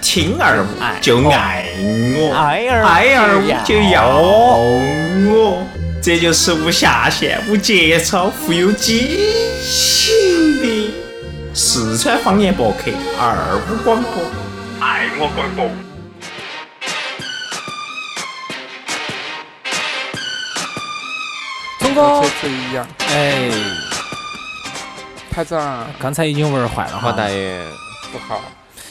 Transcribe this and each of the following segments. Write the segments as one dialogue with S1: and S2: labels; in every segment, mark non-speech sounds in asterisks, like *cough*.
S1: 勤而
S2: 爱
S1: 无就爱我，
S2: 爱
S3: 哎
S2: 而
S4: 哎
S1: 爱而无
S2: 就
S1: 就要我，这就是无下限、无节操、富有激情的四川方言博客二五广播，爱我广播。
S4: 聪
S2: 和
S4: 哥
S2: 车，子一样。
S4: 哎，
S2: 台长，
S4: 刚才已经玩坏了
S3: 好
S4: 哈。
S3: 大爷，
S2: 啊不好，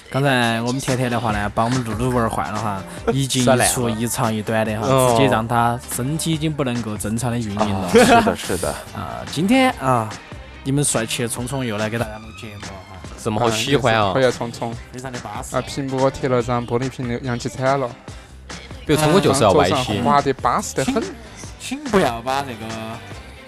S4: 刚才我们甜甜的话呢，把我们露露玩坏了
S3: *laughs*
S4: 哈，一进
S3: 摔
S4: 一
S3: 烂
S4: 出，
S3: 了
S4: 一长一短的哈，
S3: 哦
S4: 直接让他身体已经不能够正常的运营了
S3: *laughs* 是的，是的，
S4: 啊。今天啊，你们帅气的聪聪又来给大家录节目哈，
S3: 这么好喜欢啊
S2: 嗯！就是讨厌聪聪
S4: 非常的巴适
S2: 啊！。屏幕我贴了张玻璃屏的，洋气惨了。啊
S3: 比如聪哥就是要
S2: 桌
S3: 外
S2: 上
S3: 星，
S2: 滑得巴适得很。
S4: 请不要把这个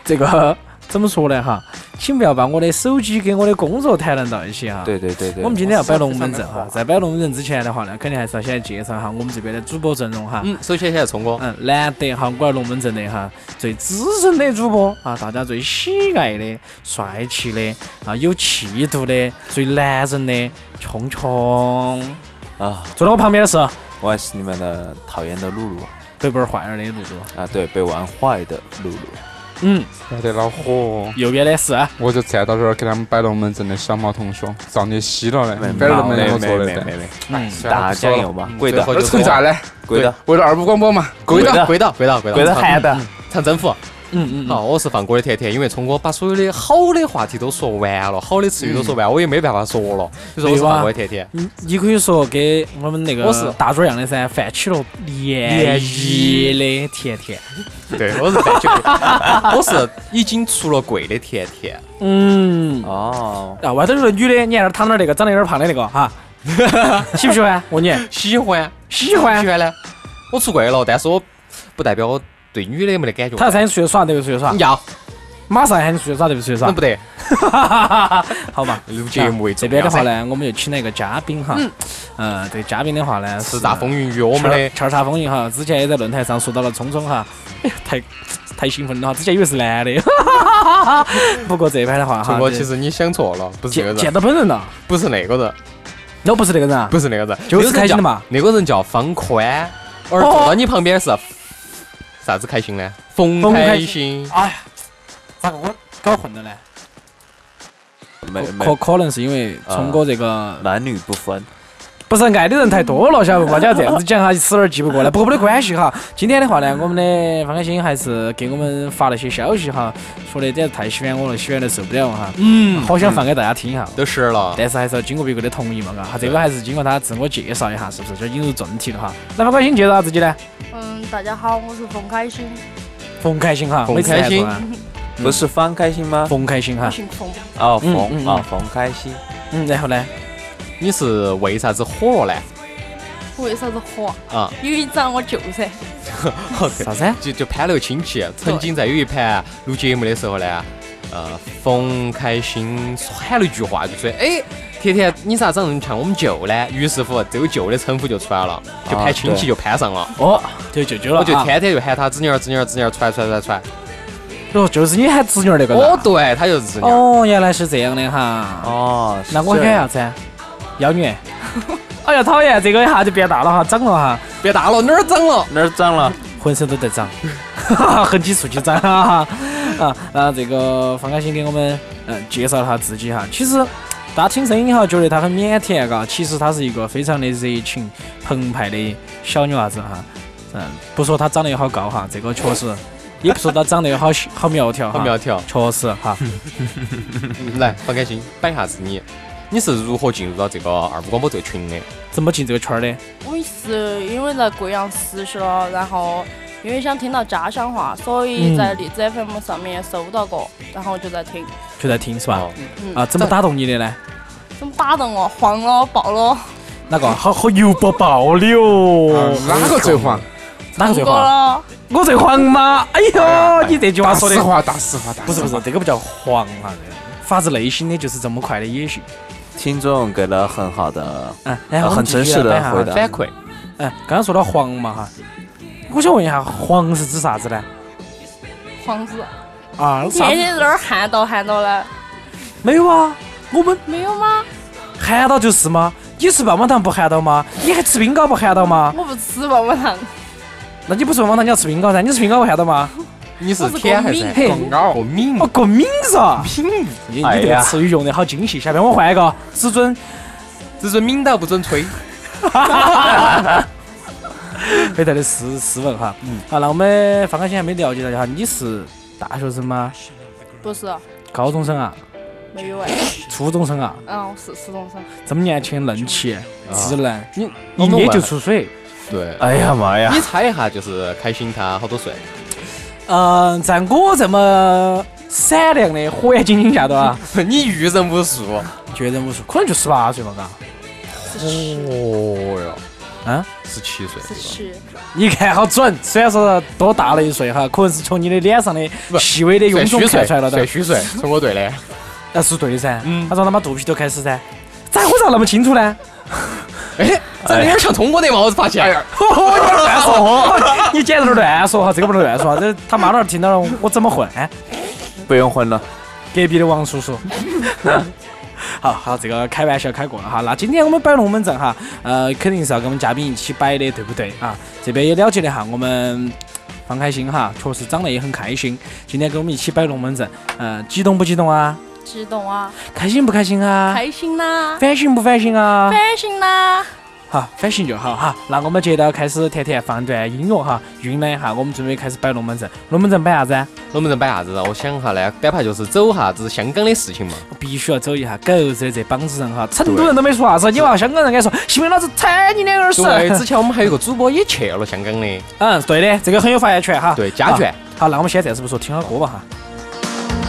S4: 这个 *laughs* 怎么说呢哈，请不要把我的手机跟我的工作谈论到一起哈。
S3: 对对对对，
S4: 我们今天要摆龙门阵哈，在摆龙门阵之前的话呢，肯定还是要先介绍一下我们这边的主播阵容哈。
S3: 嗯，首先现在聪哥，
S4: 嗯，难得哈，我来龙门阵的哈，最资深的主播啊，大家最喜爱的、帅气的啊，有气度的、最男人的聪聪，
S3: 啊，
S4: 坐到我旁边的是
S3: 我还是你们的讨厌的露露
S4: 被玩坏了的露露，
S3: 啊，对，被玩坏的露露。
S4: 嗯，
S2: 要得恼火，
S4: 右边的啊是
S2: 我就站到这儿给他们摆龙门阵的小毛同学，遭你洗了嘞！摆
S3: 没
S2: 龙门阵我
S3: 啊没
S2: 做的
S3: 没没
S2: 噻，
S3: 没没，
S4: 嗯，
S2: 算了
S1: 啊
S3: 大家有吗？
S1: 嗯
S3: 贵的
S2: 不
S3: *laughs*
S2: 说了，存在嘞，
S3: 贵的，
S2: 为了二五广播嘛，
S3: 贵
S2: 贵的。
S3: 的，贵的，贵的，贵的，
S5: 贵的喊的，
S3: 唱征服。
S4: 嗯嗯，
S3: 好，我是放歌的甜甜，因为聪哥把所有的好的话题都说完了，好的词语都说完，我也没办法说了。你说我是放歌的甜甜，
S4: 你你可以说给我们那个
S3: 我是
S4: 大猪儿一样的噻，泛起了涟
S3: 涟
S4: 漪
S3: 漪
S4: 的甜甜，
S3: 对，我是范秋桂， *laughs* 我是已经出了柜的甜甜。
S4: 嗯，
S3: 哦，
S4: 啊，外头有个女的，你看那儿躺那儿那个长得有点胖的那个
S3: *laughs*
S4: 哈，喜不喜欢？问你
S3: 喜欢，
S4: 喜
S3: 喜
S4: 欢。
S3: 欢呢？我出柜了，但是我不代表我对女的没得感觉。
S4: 他要喊你出去耍，对不对？出去耍，
S3: 要，
S4: 马上喊你出去耍，对不对？出去
S3: 那
S4: 耍
S3: 不，得。
S4: 好吧。
S3: 录嗯节目为
S4: 这
S3: 重
S4: 边
S3: 要
S4: 的话
S3: 噻。
S4: 呢，我们就请来一个嘉宾哈，嗯，这个嘉宾的话呢，
S3: 叱咤风云与我们的
S4: 叱咤风云哈，之前也在论坛上说到了聪聪哈，
S3: 嗯
S4: 哎呀，太太兴奋了哈，之前以为是男的， *laughs* 不过这盘的话哈
S3: 聪，哥，其
S4: 这
S3: 实你想错了，不是那
S4: 见
S3: 个人
S4: 见，到本人了，
S3: 不是那个人，
S4: 那不是那个人啊，
S3: 不是那个人，
S4: 就是开心的嘛
S3: 那个人叫。那个人叫方宽，而坐到你旁边是啥子开心呢？冯
S4: 冯开
S3: 开
S4: 心
S3: 心。
S4: 哎呀，咋个我搞混了呢？
S1: 嗯
S5: 没
S4: 可
S5: 没啊
S4: 可能是因为聪哥这个
S5: 男女不分，
S4: 不是爱的人太多了，晓得不？ *laughs* 大家这样子讲哈，死点儿记不过来。不过没得关系哈。今天的话呢，我们的方开心还是给我们发了些消息哈，说的简直太喜欢我了，喜欢的受不了哈，
S3: 嗯
S4: 好想放给大家听一下。
S3: 都是了。
S4: 但是还是要经过别个的同意嘛，嘎，他这个还是经过他自我介绍一下，是不是？就引入正题了哈。那方开心介绍下自己呢？
S6: 嗯，大家好，我是冯开心，
S4: 冯开心哈，
S3: 冯
S4: 每次来
S3: 开心
S4: 说啊
S5: 不是方开心吗？
S4: 冯开心
S6: 我
S4: 哈，
S6: 姓冯，
S5: 哦，
S4: 嗯嗯
S5: 冯
S4: 嗯
S5: 啊，冯开心，
S4: 嗯，然后呢，
S3: 你是为啥子火
S4: *laughs*
S3: 了呢？
S6: 我为啥子火？
S3: 啊，
S6: 因为长我舅噻，
S4: 啥
S5: 哦
S4: 子？
S3: 就就攀了个亲戚，曾经在有一盘录节目的时候呢，呃，冯开心喊了一句话，就说：“哎，甜甜，你咋长得像我们舅呢？”于是乎，这个舅的称呼就出来了，就
S4: 啊
S3: 攀亲戚就攀上了。
S4: 哦，就舅舅了
S3: 我就
S4: 啊
S3: 天天就喊他侄女儿，侄女儿，侄女儿，传传传传。
S4: 哦，就是你喊侄女儿那个人啊。
S3: 哦，对，他就是侄女儿。
S4: 哦，原来是这样的哈。
S5: 哦，
S4: 那我喊啥子啊？妖女。 *laughs* 哎呀，讨厌，这个一下就变大了哈，长了哈，
S3: 变大了，哪儿长了？
S5: 哪儿长了？
S4: 浑身都在长， *laughs* 横起竖起长哈哈。啊，那这个方开心给我们嗯介绍一下自己哈。其实大家听声音哈，觉得她很腼腆啊嘎，其实她是一个非常的热情澎湃的小女娃子哈。嗯，不说她长得有好高哈，这个确实，也不说她长得有好好苗条
S3: 好
S4: 哈，
S3: 苗条。嗯
S4: 确实哈。
S3: 来，方开心，摆一下子你，你是如何进入到这个二五广播这个群的？
S4: 怎么进这个圈儿的？
S6: 我是因为在贵阳实习了，然后因为想听到家乡话，所以在荔枝 FM 上面搜到过，然后就在听。
S4: 就在听是吧？
S3: 哦？
S6: 嗯，
S4: 啊，怎么打动你的呢？
S6: 怎么打动我？黄了，爆了，
S4: 哪个？好好油爆爆的
S2: 啊
S4: 哦！
S2: 哪个最黄？
S4: 啊哪个最
S6: 通过
S4: 黄？
S6: 了，
S4: 我最黄吗？哎
S2: 呀
S4: 呦，你这句
S3: 啊
S4: 话
S2: 大
S4: 说的
S2: 实话，大实话，大
S4: 不是不
S2: 实话
S4: 是，这个不叫黄哈，这个发自内心的就是这么快的野性。
S5: 听众给了很好的，
S4: 嗯，然后
S5: 啊很诚实的回答
S3: 反馈
S4: 嗯，刚刚说到黄嘛哈，我想问一下，黄是指啥子呢？
S6: 黄子，
S4: 啊，啥
S6: 天？天在那儿喊到喊到嘞，
S4: 没有啊，我们
S6: 没有吗？
S4: 喊到就是吗？你吃棒棒糖不喊到吗？你还吃冰糕不喊到吗？
S6: 我不吃棒棒糖，
S4: 那你不吃棒棒糖，你要吃冰糕噻？你吃冰糕不喊到
S3: *laughs*
S4: 吗？
S3: 你是
S6: 我是
S3: 舔
S6: 过
S3: 还是
S6: 敏
S4: 嘿
S3: 广告？过敏
S4: 哦，过敏嗦。你
S3: 哎
S4: 你这个词语用得好精细。下面我换一个，只
S3: *laughs*
S4: 准
S3: 只准抿到不准吹。
S4: 回答的斯斯文哈。嗯。好，那我们方开心还没了解到哈，你是大学生吗？
S6: 不是，
S4: 高中生啊？
S6: 没有哎，
S4: 初中生啊？
S6: 嗯，是是中生，
S4: 这么年轻，嫩气，直男，你
S3: 啊我
S4: 一
S3: 们
S4: 捏
S3: 玩
S4: 就出水。
S3: 对，
S1: 哎呀妈呀！
S3: 你猜一下，就是开心他好多岁？ *laughs*
S4: 嗯，在我这么闪亮的火眼金睛下头
S3: *laughs*
S4: 啊，
S3: 你遇人无数。
S4: 觉得无数，可能就十八岁了嘎。
S3: 哦哟，
S4: 啊，
S3: 十七岁
S6: 是
S3: 是吧？
S6: 七，
S4: 你看好准，虽然说多大了一岁哈，可能是从你的脸上的
S3: 不
S4: 细微的
S3: 算
S4: 臃肿
S3: 虚
S4: 看
S3: 岁，
S4: 出来了的
S3: 算。虚岁，从我对的。
S4: 那是对的噻。
S3: 嗯
S4: 他从他妈肚皮头开始噻，咋我咋那么清楚
S3: *laughs*
S4: 呢？
S3: 哎，长得有点像中国的嘛，我是发现。
S4: 乱说，哦你简直乱说哈，这个不能乱说，这他妈那儿听到了，我怎么混？
S1: 不用混了，
S4: 隔壁的王叔 *laughs* 叔。好好，这个开玩笑开过了哈。那今天我们摆龙门阵哈，呃，肯定是要跟我们嘉宾一起摆的，对不对啊？这边也了解了一下我们放开心哈，确实长得也很开心。今天跟我们一起摆龙门阵，呃，激动不激动啊？
S6: 激动啊，
S4: 开心不开心啊？
S6: 开心呐，
S4: 反省不反省啊？
S6: 开心呐，
S4: 好，反省就好哈。那我们接着开始甜甜放段音乐哈，酝酿一下，我们准备开始摆龙门阵。龙门阵摆啥子啊？
S3: 龙门阵摆啥子啊？我想哈呢，单怕就是走哈子香港的事情嘛。
S4: 我必须要走一下狗日的这帮子人哈，成都人都没说啥子，你往香港人敢说，信不信老子踩你两耳屎？
S3: 对，之前我们还有个主播也去了香港的，
S4: *laughs* 嗯，对的，这个很有发言权哈。
S3: 对，家眷。
S4: 好。好，那我们先暂时不说，听下歌吧哈。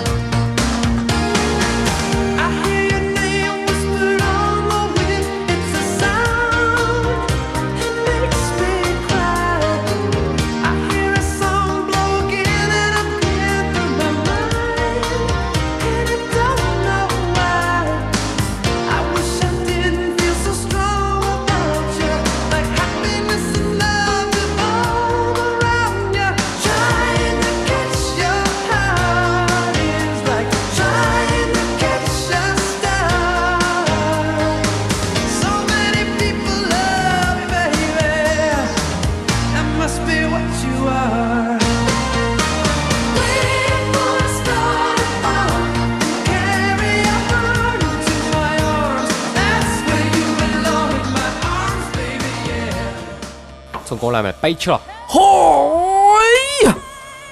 S5: Trying to catch a star. So many people love you, baby. That must be what you are. Waiting for a star to fall and carry your heart into my arms. That's where you belong in my arms, baby. Yeah.
S3: 从歌南面摆起了。
S4: 嚯
S3: 哎
S4: 呀！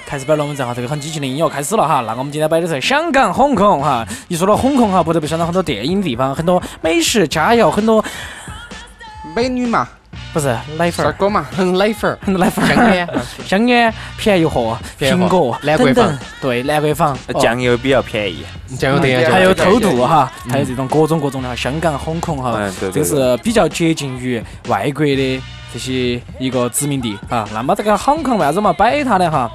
S4: 开始摆龙门阵哈，这个很激情的音乐开始了哈。那我们今天摆的是香港 Hong Kong 哈，一说到 Hong Kong 哈，不得不想到很多电影地方，很多美食佳肴，很多
S2: 美女嘛，
S4: 不是奶粉
S2: 帅
S4: 儿、
S2: 哥嘛，
S3: 很奶粉儿，
S4: 奶粉
S3: 香
S4: 儿、
S3: 烟，
S4: 香烟、便宜货、
S3: 便宜
S4: 苹
S3: 货
S4: 果
S3: 兰桂
S4: 等等
S3: 坊，
S4: 对，兰桂坊、
S3: 呃
S4: 哦
S1: 酱油比较便宜。
S3: 酱油
S1: 哎
S3: 店，
S4: 还有
S3: 酱
S4: 偷
S3: 油店
S4: 渡哈，还有这种各种各种的哈，香港、Hong Kong 哈
S1: 嗯，对对
S4: 这是比较接近于外国的这些一个殖民地啊。那么这个 Hong Kong 为啥子嘛摆它呢哈？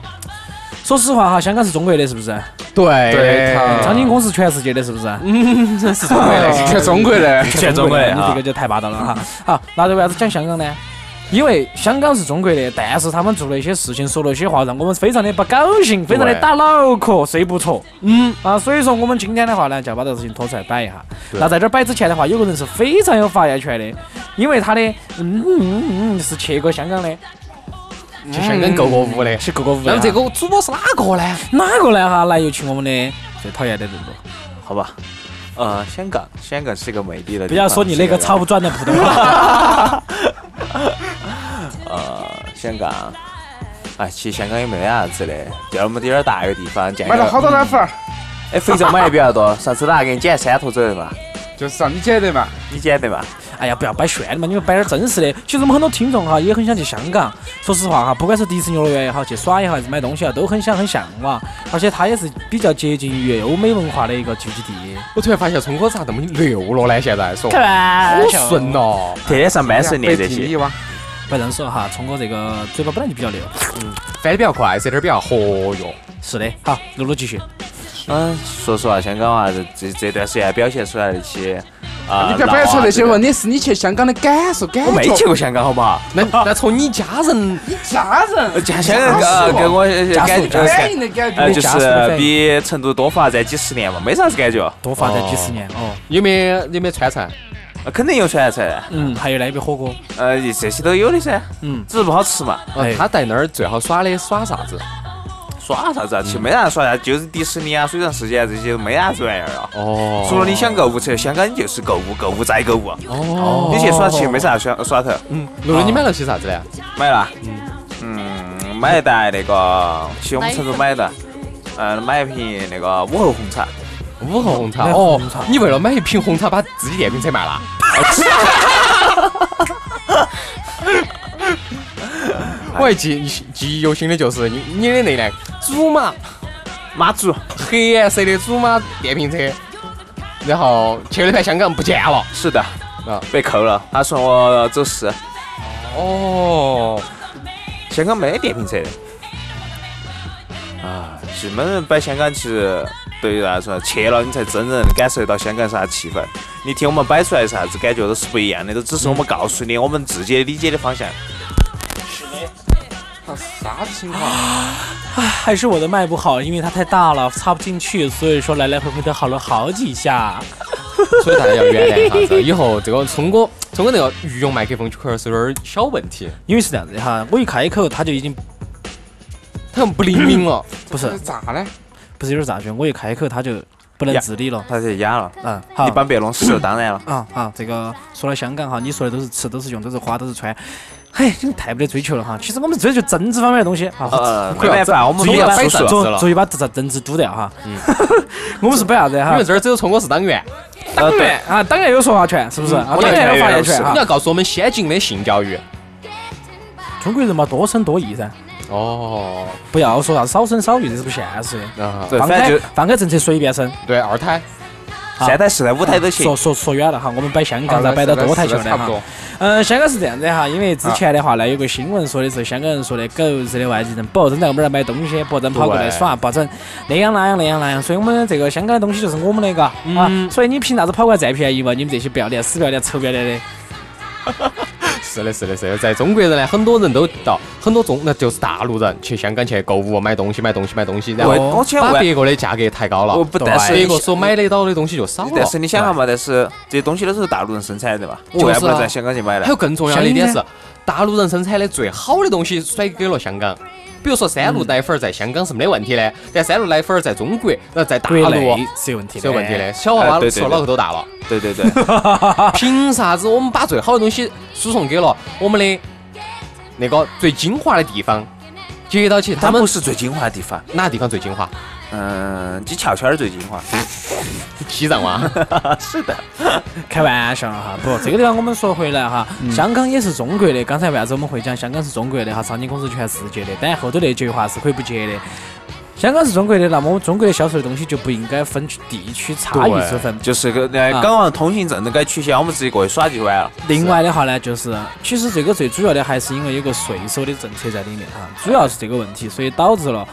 S4: 说实话哈，香港是中国的，是不是？
S1: 哎
S3: 对嗯
S2: 对头
S4: 张经公是全世界的，是不是？
S2: 全哎中国的。
S3: *laughs*
S1: 全中国
S4: 的，
S1: 的
S4: 你
S1: 啊
S4: 这个就太霸道了哈。好，那就为啥子讲香港呢？因为香港是中国的，但是他们做了一些事情，说了一些话，让我们非常的不高兴，非常的打脑壳，睡不着。嗯啊，所以说我们今天的话呢，就要把这个事情拖出来摆一下。那在这儿摆之前的话，有个人是非常有发言权的，因为他的嗯嗯嗯是去过香港的，
S3: 去香港购过物的。
S4: 去各个屋的
S3: 那
S4: 哈。
S3: 么这个主播是哪个呢？
S4: 哪个呢哈？来，有请我们的最讨厌的人了。
S1: 好吧。呃，香港，香港是个美丽的地方。
S4: 不要说你那个
S1: 是
S4: 超不转的普通话。
S1: 呃，香港，哎，其实香港也没啥子的，就我们点儿大一个地方，酱
S2: 买了好
S1: 油，
S2: 多奶粉儿，
S1: 哎，肥皂买的比较多。 *laughs* 上次哪给你捡三坨左右嘛？
S2: 就是啊，你捡的嘛。
S1: 你捡的嘛？
S4: 哎呀，不要摆炫的嘛，你们摆点真实的。其实我们很多听众哈也很想去香港，说实话哈，不管是迪士尼乐园也好，去耍也好，还是买东西啊，都很想很向往。而且它也是比较接近于欧美文化的一个聚集地。
S3: 我突然发现聪哥咋这么溜了呢？现在说，
S4: 开玩
S3: 好顺哦。
S1: 天天上班时
S2: 北
S1: 练这
S2: 地
S1: 些
S2: 里。哇，
S4: 不认说哈，聪哥这个嘴巴本来就比较溜。
S3: 翻得比较快，这点比较活跃。
S4: 是的，好，露露继续。
S1: 嗯，说实话，香港啊，这这这段时间表现出来的一些啊，
S2: 你不要
S1: 老
S2: 摆出
S1: 啊
S2: 那些
S1: 这个
S2: 问题，是你去香港的感受感觉。
S1: 我没去过香港，好不好？
S3: *laughs* 那那从你家人，
S2: 家人，
S1: 呃香港
S2: 是
S1: 呃
S2: 吗
S1: 跟我呃
S4: 加速
S1: 感
S4: 加
S1: 觉
S4: 速
S2: 反应的感觉
S1: 呃，
S4: 没
S1: 就
S4: 加速的
S1: 是
S4: 反
S1: 比成都多发展几十年嘛，没啥子感觉。
S4: 多发展几十年哦。
S3: 有没有有没有川菜？
S1: 啊肯定有噻噻，
S4: 嗯，还有那边火锅，
S1: 呃，这些都有的噻，
S4: 嗯，
S1: 只是不好吃嘛。
S3: 呃，他在那儿最好耍的耍啥子？
S1: 耍啥子啊？其实
S4: 嗯
S1: 没啥耍的，就是迪士尼啊、水上世界啊这些没啥子玩意儿啊。
S3: 哦
S1: 除了你想购物车，香港你就是购物、购物再购物。啊
S3: 哦，
S1: 你去耍其实没啥耍耍头。
S3: 嗯，露露，你买了些啥子呢？
S1: 买了，嗯，买一袋那个，其实我们成都买的，嗯、买一瓶那个武侯红茶，
S3: 午后红茶
S4: 买
S3: 哦
S4: 红茶，
S3: 你为了买一瓶红茶，把自己电瓶车卖 *laughs* 了？我还记记记忆犹新的就是你你的那辆祖玛
S1: 妈祖
S3: 黑颜色的祖玛电瓶车，然后去了一盘香港不见了。
S1: 是的，
S3: 啊
S1: 被扣了，他说我走私，
S3: 哦，
S1: 香港没电瓶车的。啊，日本人摆香港其实对于来说，去了你才真正感受到香港是啥气氛。你听我们摆出来是啥子感觉都是不一样的，都只是我们告诉你我们自己理解的方向。
S3: 啥子情况？
S4: 还是我的卖不好，因为它太大了，插不进去，所以说来来回回的好了好几下。
S3: 所以大家要原谅一下子，以后这个聪哥，聪哥那个御用麦克风确实有点小问题，
S4: 因为是这样子的哈，我一开口它就已经
S3: 他们不灵敏了。
S4: 不是
S7: 咋嘞？
S4: 不是有点咋觉，我一开口它就不能
S1: 呀
S4: 自理了。
S1: 他就哑了，
S4: 嗯，好
S1: 一，般别弄死，当然了。
S4: 啊啊，这个说到香港哈，你说的都是吃，都是用，都是花，都是穿，嘿，真的太没得追求了哈。其实我们追求政治方面的东西啊，
S1: 呃，
S3: 快
S1: 没
S3: 要
S1: 办法，我们都
S3: 终于
S1: 要
S3: 要
S1: 说
S3: 摆
S1: 说嗯
S3: 正。
S4: 逐
S3: 是了
S4: 逐一把政政治堵掉哈。 *laughs* 我们是摆啥子
S1: 啊
S3: 因
S4: 哈
S3: 为？这儿只有聪哥是当员，
S1: 呃，对，嗯
S4: 对啊，当然有说话权，是不是？啊，当然有发言权
S3: 你
S4: 哈。
S3: 要告诉我们先进的性教育。
S4: 中国人嘛，多生多艺噻，
S3: 哦，
S4: 不要说啥子少生少育，这是不现实的。
S3: 啊，
S1: 对，
S4: 放
S1: 反
S4: 开
S1: 正就
S4: 放开政策随便生，
S3: 对，二胎，
S4: 好
S1: 三台、四台、五台都行
S4: 说。说说远了哈，我们摆香港，
S3: 二胎
S4: 再摆到多台去
S3: 四
S4: 了
S3: 胎差不
S4: 哈。
S3: 多。
S4: 嗯，香港是这样子的哈，因为之前的话呢，有个新闻说的是香港人说的狗日的外地人不好整在我们这儿买东西，不好整跑过来耍，不好整那样那样那样那样，所以我们这个香港的东西就是我们的嘎啊，所以你凭啥子跑过来占便宜嘛？你们这些不要脸、死不要脸、臭不要脸的，
S3: 是的，是的，是的，在中国人呢，很多人都到，很多中那就是大陆人去香港去购物，买东西，买东西，买东西，然
S1: 我
S3: 后
S1: 我先
S3: 把
S1: 问，
S3: 别个的价格抬高了
S1: 我，不但是
S3: 别个所买得到的东西就少了
S1: 但。是你想下嘛，但是这些东西都是大陆人生产的嘛，
S3: 是
S1: 我
S3: 啊
S1: 为啥不能在香港去买呢
S3: 还？有更重要的一点是，大陆人生产的最好的东西甩给了香港。比如说三
S1: 嗯
S3: 鹿奶粉儿在香港是没得问题的，但三鹿奶粉儿在中国，那在大
S4: 国
S3: 陆
S4: 内是有问题的，
S3: 是有问题的。。小娃
S1: 哎
S3: 娃
S1: 对对
S3: 说
S1: 对啊
S3: 脑壳都大了，
S1: 对对
S5: *laughs*
S1: 对，
S3: *laughs* 凭啥子我们把最好的东西输送给了我们的那个最精华的地方，接到起他
S1: 它
S3: 们
S1: 不是最精华的地方，
S3: 哪个地方最精华？
S1: 嗯，鸡跷跷儿最精华。
S3: 西
S1: *laughs*
S3: 藏啊，
S1: 是的，
S4: 开玩笑了哈，不，这个地方我们说回来哈，香港也是中国的。刚才为啥子我们会讲香港是中国的哈？长景公司全世界的，当然后头那句话是可以不接的。香港是中国的，那么我们中国的销售的东西就不应该分地区差异之分。
S1: 就是个呃，
S4: 啊
S1: 港澳通行证都该取消，我们直接过去耍就完了。
S4: 另外的话呢，就是其实这个最主要的还是因为有个税收的政策在里面哈，主要是这个问题，所以导致了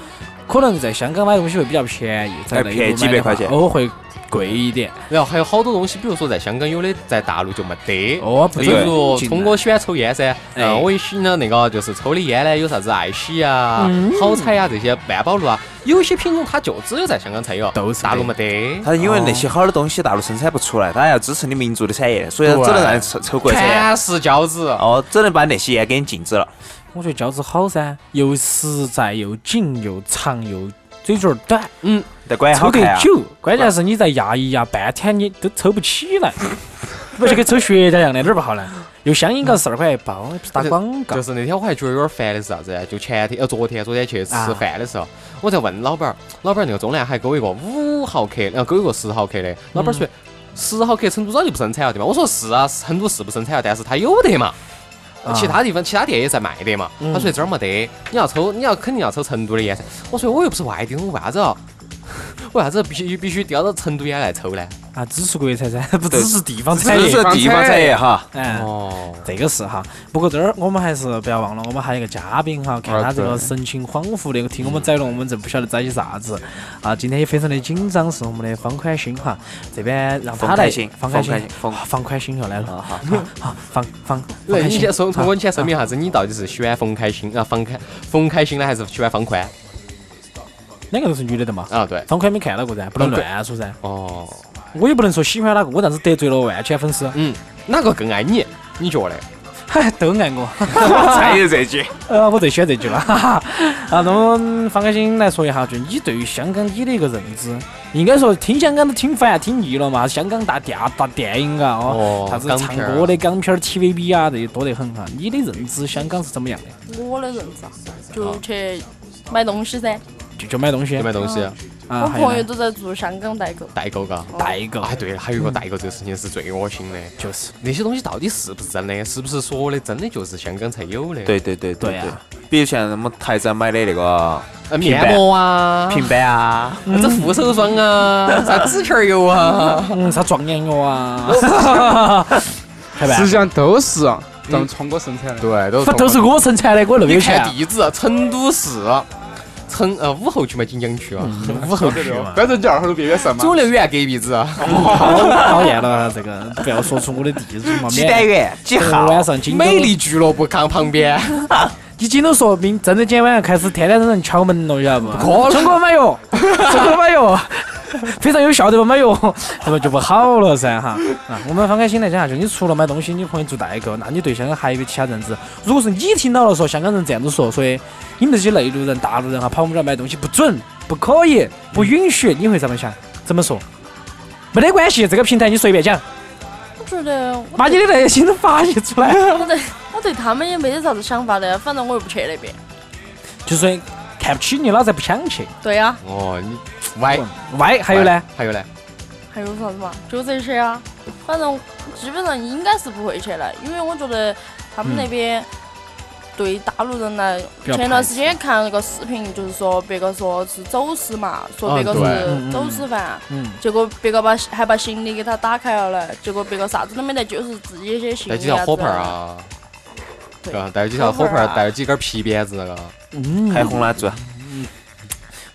S4: 可能在香港买东西会比较便宜，在
S1: 哎
S4: 内
S1: 便宜
S4: 地
S1: 几百块钱
S4: 偶尔会贵一点。
S3: 然后还有好多东西，比如说在香港有的，在大陆就没得。
S4: 哦，不
S3: 例
S4: 准
S3: 如
S4: 进
S3: 聪
S4: 来
S3: 哥喜欢抽烟噻，
S4: 哎
S3: 嗯，我也喜呢那个就是抽的烟呢，有啥子爱喜啊、好彩啊这些万宝路啊，有些品种它就只有在香港才有，
S4: 都是
S3: 大陆
S4: 的
S3: 没得。
S1: 他因为那些好的东西大陆生产不出来，他要支持你民族的产业，所以他只能让你抽抽国产。
S3: 全是胶质，
S1: 哦，只能把那些烟给你禁止了。
S4: 我觉得胶质好噻，又实在又紧又长又嘴角儿短，
S1: 但管也
S4: 抽
S1: 好
S4: 得
S1: 看啊。
S4: 久。关键是你再压一压，半天你都抽不起来，不就跟抽雪茄一样的，哪儿不好呢？又香烟搞十二块一包，也不是打广告
S3: 就。是那天我还觉得有点烦的是啥子呢？就前天呃昨天昨天去吃
S4: 啊
S3: 饭的时候，我在问老板儿，老板儿那个中南海给我一个五毫克，然后给我一个十毫克的，老板儿说。
S4: 嗯
S3: 十毫克成都早就不生产了，对吧？我说是啊，成都是不生产了，但是它有得嘛，
S4: 啊嗯
S3: 其他地方其他店也在卖的嘛。他说这儿没得，你要抽，你要肯定要抽成都的烟噻。我说我又不是外地人，我为啥子要， *laughs* 我为啥子必须必须叼到成都烟来抽呢？
S4: 啊，支持国产噻，不支持地方产
S1: 这
S4: 业
S1: 是。地方产业哈，
S4: 哎，
S3: 哦，
S4: 这个是哈。不过这儿我们还是不要忘了，我们还有一个嘉宾哈，看他这个神情恍惚的，听我们宰了，我们这不晓得宰些啥子啊。今天也非常的紧张，是我们的方宽心哈，这边让他
S1: 冯
S4: 来
S1: 开心，，
S4: 方
S1: 开心
S4: 宽心，，
S1: 冯
S4: 啊放宽心又来了，
S1: 啊好。
S4: *laughs* 好，放放放
S3: *laughs* 对，
S4: 开
S3: 你
S4: 心
S3: 先说，通过你先
S4: 啊
S3: 声明一下子，你到底是喜欢冯开心啊，冯开冯开心呢，还是喜欢方宽？
S4: 两个都是女的的嘛。
S3: 啊，对。
S4: 方宽没看到过噻，不能
S3: 方宽
S4: 乱说噻。
S3: 哦，
S4: 我也不能说喜欢哪个，我这样子得罪了万千粉丝。
S3: 嗯，哪个更爱你？你觉得？
S4: 嗨，都爱我。
S1: *laughs*
S5: 还有这句，
S4: 呃，我最喜欢这句了，哈 *laughs* 哈。啊，那么方开心来说一下，就你对于香港你的一个认知，应该说听香港都听烦、啊听腻了嘛，香港大电大电影啊，哦
S3: 哦，
S4: 啥子
S3: 港
S4: 唱
S3: 片儿
S4: 歌的港片儿、TVB 啊，这些多得很哈。你的认知香港是怎么样的？
S6: 我的认知啊，就
S4: 哦
S6: 去买东西噻。
S4: 就就买东西
S3: 有没有东西
S4: 啊，
S6: 我
S4: 还有
S6: 朋友
S4: 呢
S6: 都在做香港代购，
S3: 代购嘎？
S4: 代购
S3: 啊，对了，哦还有一个代嗯购这个事情是最恶心的，
S4: 就是
S3: 那些东西到底是不是真的？是不是说的真的就是香港才有的？，
S5: 对对对
S4: 对
S5: 对
S4: 啊，嗯
S5: 比如像什么台长买的那个
S3: 呃，
S5: 平
S3: 面
S5: 板
S3: 膜啊，
S5: 平板啊，
S3: 啥子护手霜啊，啥指甲油啊，
S4: *laughs*
S3: *laughs*
S4: 嗯，啥壮阳药啊，还
S2: 实际
S4: 办？
S2: 上都是啊咱们聪哥生产的。
S3: 对，都
S4: 不都是我生产的，我那么有
S3: 你
S4: 钱
S3: 看
S4: 啊。
S3: 地址，成都市，啊成呃武侯区嘛，锦江区啊，武侯区嘛，
S2: 但是你二号都别别上嘛。
S3: 肿瘤医院隔壁子啊， *laughs*
S4: 讨厌了这个，不要说出我的地址嘛。
S5: 几单元几号？
S4: 晚上京东
S3: 美丽俱乐部康旁边，
S4: 你今天说明真的今天晚上开始天天有人敲门了，晓得不？
S3: 可能
S4: 中国买
S3: *laughs*
S4: 药，中国买药，非常有 *laughs* 效的吧买药，那么就不好了噻哈。啊，我们放开心来讲下去，你除了买东西，你朋友做代购，那你对香港还有没有其他认知？如果是你听到了说香港人这样子说，说的你们这些内陆人、大陆人哈，跑我们这儿买东西不准、不可以、不允许，你会怎么想？怎么说？没得关系，这个平台你随便讲，
S6: 我觉得我
S4: 把你的内心都发泄出
S3: *laughs*
S4: 来。
S6: 我对我对他们也没得啥子想法的，反正我又不去那边。
S4: 就是说看不起你，老子还不想去。
S6: 对呀、
S3: *laughs* 哦，你歪，
S4: 歪，还有呢？
S3: 还有呢，
S6: 还有啥子嘛？就这些啊。反正基本上应该是不会去了，因为我觉得他们那
S3: 嗯
S6: 边对大陆人来，
S4: 比较
S6: 前段时间看了个视频，就是说别个说是走私嘛，说别个
S3: 啊对
S4: 嗯嗯
S6: 是走私犯，啊
S4: 嗯，
S6: 结果别个把还把行李给他打开了嘞，结果别个啥子都没得，就是自己一些行
S3: 带
S6: 李
S3: 几条
S6: 啊
S3: 火
S6: 之类
S3: 盆儿
S6: 的。
S3: 啊，
S6: 对
S3: 嘎，带几条火盆
S6: 火
S3: 儿
S6: 盆，儿啊
S3: 带几根皮鞭子嘎，
S4: 嗯，
S5: 还红蜡
S1: 啊
S5: 烛，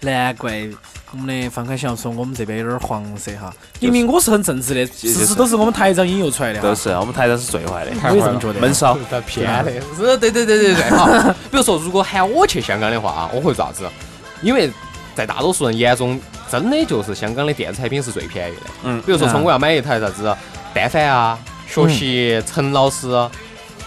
S4: 难怪我们的方开想说我们这边有点黄色哈，明明我是很正直的，
S5: 就
S4: 事
S5: 是
S4: 事都是我们台长引诱出来的哈，
S5: 都是我们台长是最坏的，
S4: 我也这么觉得。
S5: 闷骚。
S3: 他偏的， *laughs* 是，对对对对对哈。比如说，如果喊我去香港的话啊，我会做啥子？因为在大多数人眼中，真的就是香港的电子产品是最便宜的。
S5: 嗯
S3: 比如说，从我要买一台啥子单反啊，学习陈老师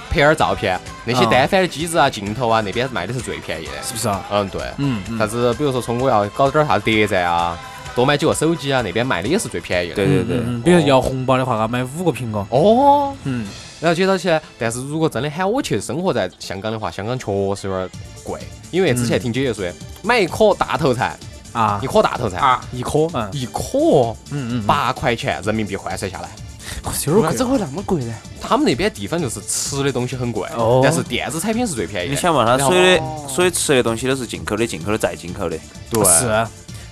S3: 拍点儿照片，那些
S5: 嗯
S4: 啊
S3: 单反的机子啊、镜头啊，那边卖的是最便宜的。
S4: 是不是啊？
S3: 嗯，对。
S4: 嗯，
S3: 啥
S4: 嗯
S3: 子？比如说，从我要搞点儿啥子谍战啊，多买几个手机啊，那边卖的也是最便宜的。
S5: 对对对，
S4: 嗯，比如要红包的话，嘎，买五个苹果。
S3: 哦，
S4: 嗯，
S3: 然后接到起来，但是如果真的喊我去生活在香港的话，香港确实有点贵，因为之前听姐姐说的，买一颗大头菜，
S4: 啊
S3: 一，颗大头菜，
S2: 啊
S4: 一颗，嗯
S3: 一颗
S4: 嗯嗯，
S3: 八块钱人民币换算下来，
S4: 有点
S2: 这
S4: 贵。
S2: 会那么贵呢？
S3: 他们那边地方就是吃的东西很贵
S4: 哦，
S3: 但是电子产品是最便宜
S5: 你
S3: 的。
S5: 想嘛，他所有
S6: 哦
S5: 的所有吃的东西都是进口的，进口的再进口的。
S3: 对。
S4: 是，啊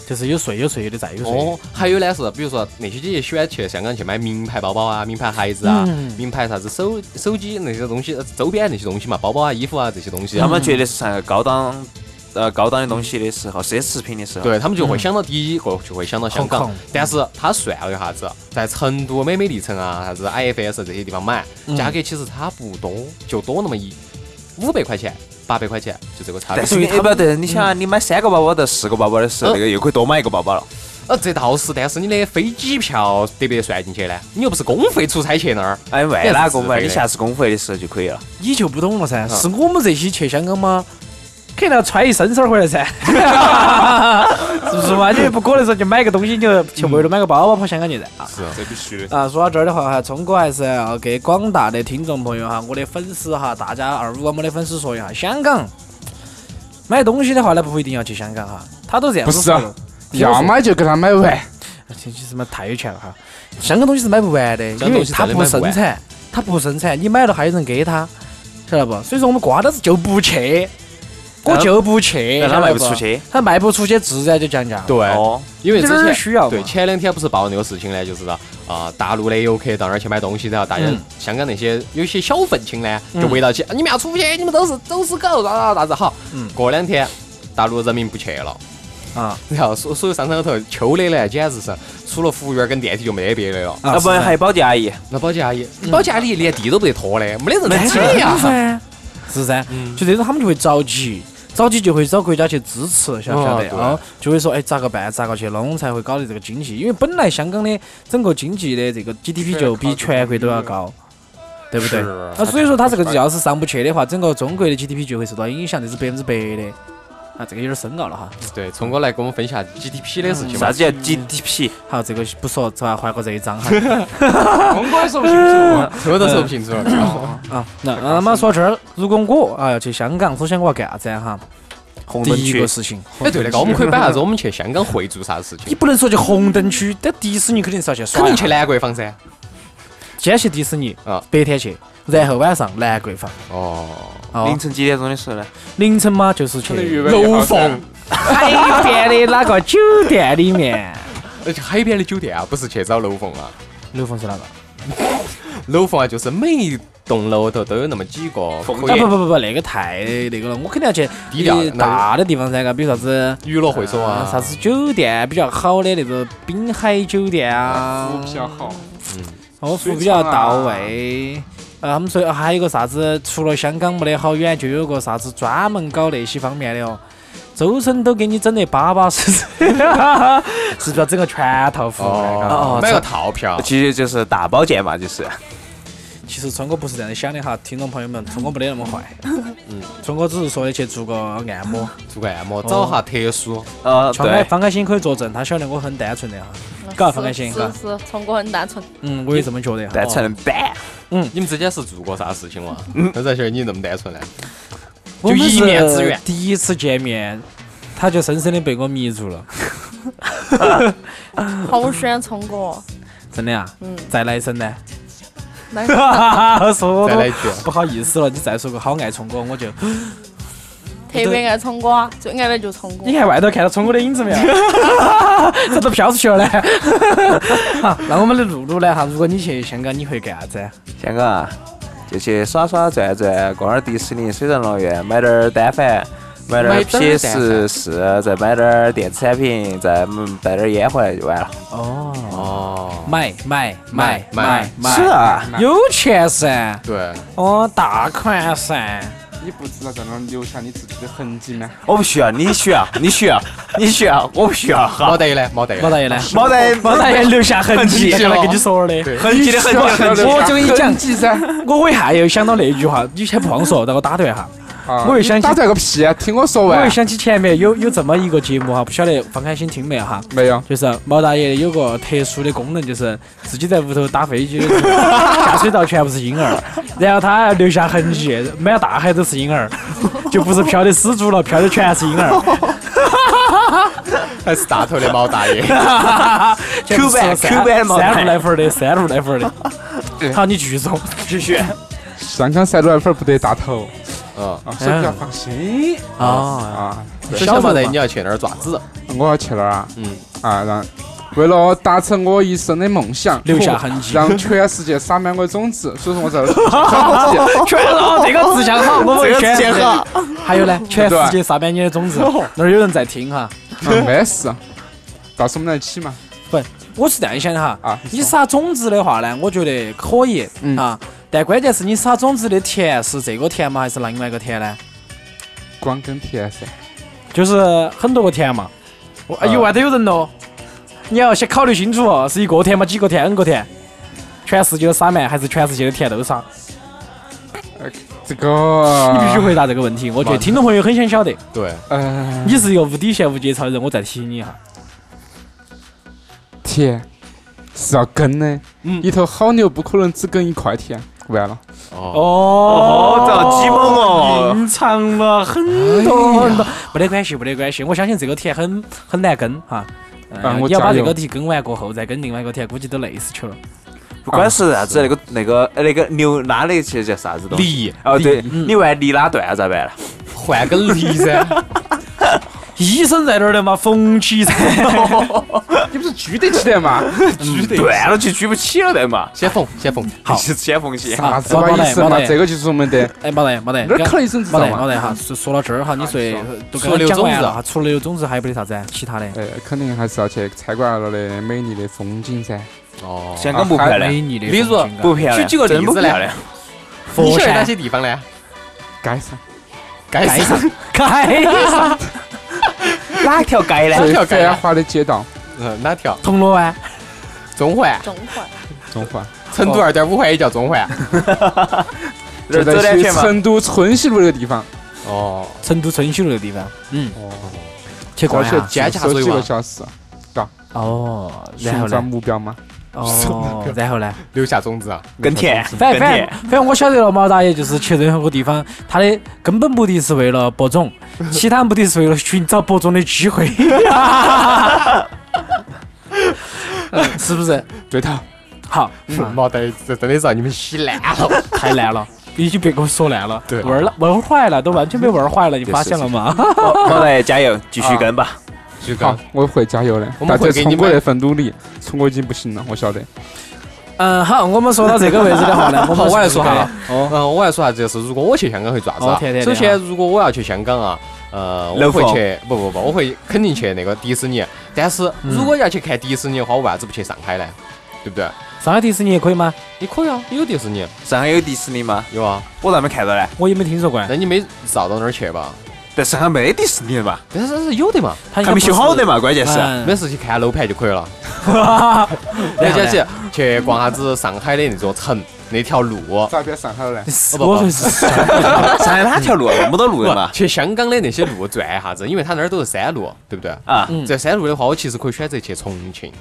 S4: 就是有税有税的再有税。
S3: 哦，还有呢是，比如说那些姐姐喜欢去香港去买名牌包包啊、名牌鞋子啊、
S4: 嗯
S3: 名牌啥子手手机那些东西、呃周边那些东西嘛，包包啊、衣服啊这些东西啊，
S5: 他们觉得是上个高档，呃，高档的东西的时候，奢侈品的时候，
S3: 对他们就会想到第一个就会想到
S4: 空
S3: 香港
S4: 空，
S3: 但是他算了一下子，在成都美美丽城啊、啥子 IFS 这些地方买，价格其实差不多，就多那么一五百块钱、八百块钱，就这个差别
S5: 但。是你
S4: 对他们
S5: 不对，你想啊，你买三个包包到四个包包的时
S3: 嗯
S5: 候，那个又可以多买一个包包了。
S3: 呃，这倒是，但是你的飞机票得不得算进去呢？你又不是公费出差去那儿，
S5: 哎，为哪个
S3: 但
S5: 买？
S3: 是自费
S5: 你
S3: 的
S5: 下次公费的时候就可以了。
S4: 你就不懂了
S2: 啊
S4: 噻，是我们这些去香港嘛，肯定要穿一身衫儿回来噻， *laughs* 是不是嘛？你不可能说就买个东西，你就去为了买个包包跑香港去噻啊。
S5: 这必须的。
S4: 啊，说到这儿的话哈，聪哥还是要给广大的听众朋友哈，我的粉丝哈，大家二五广播的粉丝说一下，香港买东西的话呢，不一定要去香港哈，他都这样子
S2: 不是啊
S4: 说了，
S2: 要么就给他买完，
S4: 这其实嘛太有钱了哈，香港东西是买不完的，
S3: 香港
S4: 因为
S3: 东西
S4: 它
S3: 真的买不
S4: 不
S3: 完
S4: 生产，它不生产，你买了还有人给他，晓得不？所以说我们瓜子就不去，我就不去，
S5: 但他
S4: 晓得
S5: 卖不出去
S4: 他卖不出去，自然就降价。
S3: 对
S5: 哦，
S3: 因为之
S4: 这个
S3: 前
S4: 需要嘛
S3: 对前两天不是爆那个事情呢，就是啊、大陆的游客到那儿去买东西，然后大家、
S4: 嗯
S3: 香港那些有些小愤青呢，就围到起，你们要出去，你们都是走私狗，啥啥啥子好。
S4: 嗯
S3: 过两天大陆人民不去了。
S4: 啊，
S3: 然后所所有商场头秋的呢，简直是除了服务员跟电梯就没得别的了。
S5: 哎要不然啊还有保洁阿姨，
S3: 那保洁阿姨，保洁阿姨连地都不得拖的，没嗯得人来
S4: 那
S3: 挤
S4: 很
S3: 呀
S4: 麻。烦，是噻，就这种他们就会着急，着急就会找国家去支持，晓不晓
S3: 哦
S4: 得？
S3: 对
S4: 啊，就会说，哎，咋个办？咋个去弄才会搞得这个经济？因为本来香港的整个经济的这个 GDP 就比全国都要高，对不对？
S2: 是
S4: 啊，所以说它这个要是上不去的话，整个中国的 GDP 就会受到影响，这是百分之百的。啊，这个有点深奥了哈。
S3: 对，聪哥来给我们分析下 GDP 的事情吧
S5: 啥。子叫 GDP？
S4: 好，这个不说，是吧？换个热章哈。
S2: 红瓜说不清楚。
S3: 头都说不清楚了。
S4: 啊，那那么说到这儿，如果我啊要去香港，首先我要干啥子啊哈？
S5: 红
S4: 第
S5: 灯
S4: 一
S5: 区
S4: 个，事情，
S3: 哎，对了，那我们可以摆啥子？我们去香港会做啥事 *laughs*
S4: 你
S3: 情？
S4: 不能说去红灯区，但迪士尼肯定是要去耍
S3: 肯
S4: 一
S3: 定
S4: 下。
S3: 去兰桂坊噻。
S4: 先去迪士尼
S3: 啊，
S4: 白天去，然后晚上兰桂坊。
S3: 哦，
S4: 哦
S5: 凌，晨几点钟的时候呢？
S4: 凌晨嘛就是去
S2: 楼凤，
S4: 海边的哪个酒店里面。
S3: 而且呃海边的酒店啊，不是去找楼凤啊，
S4: 楼凤是哪个？
S3: 楼凤啊，就是每一栋楼头都有那么几个可
S4: 啊
S3: 以
S4: 不不不不，那个太那个了，我肯定要去
S3: 低调的
S4: 呃大的地方噻，嘎，比如啥子
S3: 娱乐会所啊
S4: 呃，啥子酒店比较好的那种滨海酒店啊，
S2: 服务比较好，
S3: 啊
S4: 哦，服务比较到位。呃，他们说还有个啥子，除了香港没得好远，就有个啥子专门搞那些方面的哦。周深都给你整得巴巴适 *laughs* 适，是不是要整个全套服务的？嘎
S3: 哦，买个套票。
S5: 其实就是大保健嘛，就是。
S4: 其实聪哥不是这样的想的哈，听众朋友们，聪哥没得那么坏。嗯， *laughs* 聪哥只是说的去做个按摩。
S3: 做个按摩，找下特殊，
S5: 呃，
S4: 方开
S5: 对，
S4: 方开心可以作证，他晓得我很单纯的哈。
S6: 啊
S4: 搞得很开心
S6: 是
S4: 嘎
S6: 是，聪哥很
S3: *laughs*
S6: 单纯，
S4: 嗯，我也这么觉得
S5: 单
S4: 哈。
S5: 纯板。
S3: 你们之间是做过啥事情哇？都才晓得你那么单纯呢。
S4: 哦我
S3: 就
S4: 们
S3: 一面之缘
S4: 是第一次见面，他就深深的被我迷住了，
S6: 好喜欢聪哥。
S3: 哎
S4: 真的啊。
S6: 嗯
S4: 再来一声呢？ *laughs*
S6: 来
S4: 说
S3: 再来一
S4: 的
S3: 句，
S4: 不好意思了，你再说个好爱聪哥，我就
S6: 特别爱聪哥，最爱的就是聪哥
S4: 你。看外头看到聪哥的影子没有？ *laughs* 这都飘出去了呢。好，那我们的露露呢？哈，如果你去香港，你会干啥子？
S5: 香港啊，就去耍耍转转，逛点儿迪士尼、水上乐园，买点儿单反，买点
S3: 买
S5: 儿
S3: 点儿
S5: PS 四，再买点儿电子产品，再嗯带点儿烟回来就完了。
S4: 哦，
S3: 哦，
S4: 买买买买买，
S5: 是啊，
S4: 有钱噻，
S3: 对，
S4: 哦，大款噻。
S2: 你不知道在那留下你自己的痕迹吗？
S5: 我不需要，你需要，你需要，你需要，我不需要。
S3: 毛大爷呢？毛大爷，
S4: 毛大爷呢？
S5: *laughs* 没得
S4: *laughs* 毛大爷留下痕迹，
S3: 痕迹
S4: 刚才
S3: 了
S4: 跟你说的。
S3: 对
S5: 痕迹的痕迹的痕迹。
S4: 我就跟你讲，我我一下又想到那句话，你先不慌说，让我打断一
S5: *laughs*
S4: 下。
S2: 啊
S4: 我又想起
S2: 打断个屁，啊听我说
S4: 我又
S2: 完。
S4: 想起前面有有这么一个节目哈，不晓得放开心听没有哈？
S2: 没有，
S4: 就是毛大爷有个特殊的功能，就是自己在屋头打飞机 *laughs* 的时候，下水道全部是婴儿，然后他还要留下痕迹，满大海都是婴儿，就不是漂的死猪了，漂的全是婴
S5: *laughs*
S4: 儿。
S3: 还是大头的毛大爷。
S4: Q
S5: 版 Q 版的毛大爷
S4: 三路来粉儿的，三路来粉儿的。好，你继续说，继
S5: *laughs*
S4: 续。
S5: 哦
S2: 香港三鹿奶粉不得大头，
S3: 嗯，
S2: 啊，所以比较放心
S4: 啊，
S2: 啊。
S3: 首先毛大爷你要去那儿爪子，
S2: 我要去那儿啊，
S3: 嗯，
S2: 啊，让为了达成我一生的梦想，
S4: 留下痕迹
S2: 让全世界撒满我的种子。所以说我在
S4: *laughs*
S2: 那儿种
S4: 全哦，这个志向好，我们
S5: 这个
S4: 选
S5: 结合。
S4: 还有呢，全
S2: 对
S4: 世界撒满你的种子，那儿有人在听哈。
S2: 子，嗯没事，到时候我们来一起嘛。
S4: 不，我是这样想的哈，
S2: 啊
S4: 你撒种子的话呢，我觉得可以、
S2: 嗯
S4: 啊，但关键是你撒种子的甜是这个甜吗，还是另外一个甜呢？
S2: 光跟甜噻，
S4: 就是很多个甜嘛，我哎呦，外头有人咯，你要先考虑清楚哦，是一个甜吗？几个甜？n 个甜？全世界都撒满，还是全世界的甜都撒？
S2: 这个
S4: 你必 *laughs* 须。回答这个问题，我觉得听众朋友很想晓得。
S3: 对，
S2: 呃，
S4: 你是一个无底线、无节操的人，我再提醒你一下。
S2: 甜是要跟的，
S4: 嗯
S2: 一头好牛不可能只跟一块甜，完了。
S3: 哦，
S4: 哦
S5: 哦，这样鸡猛哦！
S4: 隐藏了很多很多，没得关系，没得关系。我相信这个题很很难跟哈，
S2: 啊
S4: 呃
S2: 我
S4: 你要把
S2: 加
S4: 这
S2: 油
S4: 个题跟完过后，再跟另外一个题，估计都累死球了。
S5: 不管啊是啥子，那个那个呃那个牛拉的其实叫啥子东西？
S3: 梨
S5: 哦，对，
S4: 嗯
S5: 你万一拉断了咋办呢？
S3: 换根梨噻，
S4: 医生在那儿的嘛，缝起噻。
S2: 你不是举得起的 *laughs* 嘛？
S5: 断了就举不起了得嘛。
S3: 先缝先缝。
S4: 好
S5: 先
S2: *laughs*
S5: 缝起。
S4: 啊
S2: 啥子嘛啊意思嘛？这个就是我们的
S4: 哎，没得没得，
S2: 哪儿可能医生知
S4: 没
S2: 道
S4: 得
S2: 嘛啊
S4: 没得哈。说说到这儿哈，你说都
S3: 除
S4: 跟
S3: 了
S4: 我
S3: 有
S4: 讲
S3: 种
S4: 完
S3: 子
S4: 了哈，除了有种子，还有没得啥子啊其他的？
S2: 呃，肯定还是要去参观那儿的美丽的风景噻。
S3: 哦，
S5: 香港不
S2: 哎
S5: 漂亮，
S4: 美丽的啊
S3: 例如
S4: 风景啊
S5: 不漂亮，
S3: 举几个例子
S5: 真不漂亮。
S3: 你
S4: 佛
S3: 晓得哪
S4: 山、
S3: 些地方呢？
S2: 街上
S3: 该
S4: 街
S3: 上
S4: 上、开上、
S5: 哪条街
S4: 哎
S5: 呢？
S2: 最
S3: 条街啊
S2: 繁华的街道，
S3: 嗯，哪条？
S4: 铜锣湾、
S3: 中环、
S6: 中环
S2: 中环
S3: 成都二点五环也叫中环。
S5: 这
S2: 就
S5: 儿走
S2: 在
S5: 两
S2: 去
S5: 圈嘛。
S2: 成都春熙路那个地方，
S3: 哦，
S4: 成都春熙路那个地方，嗯，
S2: 哦
S4: 去
S2: 过
S4: 逛一
S2: 去
S4: 下。
S3: 尖下
S2: 走
S3: 水
S2: 几个
S3: 嘛，
S2: 小时，
S4: 哦，然后
S2: 寻找
S4: 呢？
S2: 目标嘛。
S4: 哦，然后呢？
S3: 留下种子啊。
S5: 耕田，
S4: 反正
S5: 耕
S4: 反正
S5: 田，
S4: 反正我晓得了，毛大爷就是去任何个地方，他的根本目的是为了播
S3: *laughs*
S4: 种，其他目的是为了寻找播种的机会，嗯是不是？
S2: 对头，
S4: 好，
S3: *laughs* 毛蛋这真的让你们洗烂了。
S4: 太烂了，已经被我说烂了，
S3: 对
S4: 玩了玩坏了，都完全被玩坏
S3: *laughs*
S4: 了，你
S5: 是
S4: 发现了吗？
S5: 好 *laughs* 来加油，继续耕吧。
S3: 徐哥
S2: 好，，我会加油的
S3: 我。们
S2: 但
S3: 会
S2: 在
S3: 给你
S2: 冲过
S3: 买
S2: 那份努力，冲过已经不行了，我晓得。
S4: *laughs* 嗯，好，我们说到这个位置的话呢，我
S3: *laughs* 好
S4: 们
S3: 我来说
S4: 哈
S3: 哈。嗯，我来说下子，就是如果我去香港会做啥子
S4: 哦
S3: 啊
S4: 甜甜？的
S3: 首
S4: 啊
S3: 先，如果我要去香港啊，呃，我
S5: 楼
S3: 会
S5: 凤
S3: 去，不不不，我会肯定去那个迪士尼。啊但是如果要去看迪士尼的话，我为啥子不去上海呢？对不对？
S4: 上海迪士尼也可以吗？
S3: 你可以啊，有迪士尼，
S5: 上海有迪士尼吗？
S3: 有啊，
S5: 我咋没看到呢？
S4: 我也没听说过，
S3: 但你没绕到那儿去吧？
S5: 但上海没迪士尼嘛，
S3: 但是是有的嘛，
S4: 他应该
S5: 还没修好的嘛，关键
S4: 不是，
S5: 哎是。哎
S4: 嗯 *laughs* 啊
S3: 没事去看楼盘就可以了。
S4: 然
S3: 人
S4: 后
S3: 家
S4: 呢
S3: 去去逛下子上海的那座城那条路，
S2: 咋变上海了呢？
S4: 是
S3: 不不
S4: *laughs* 我说是
S5: *laughs*
S3: 哦
S5: 上海哪条路啊？没得路的嘛
S3: 不。去香港的那些路转一下子，因为它那儿都是山路，对不对？
S5: 啊，
S4: 嗯
S3: 这山路的话，我其实可以选择去重庆，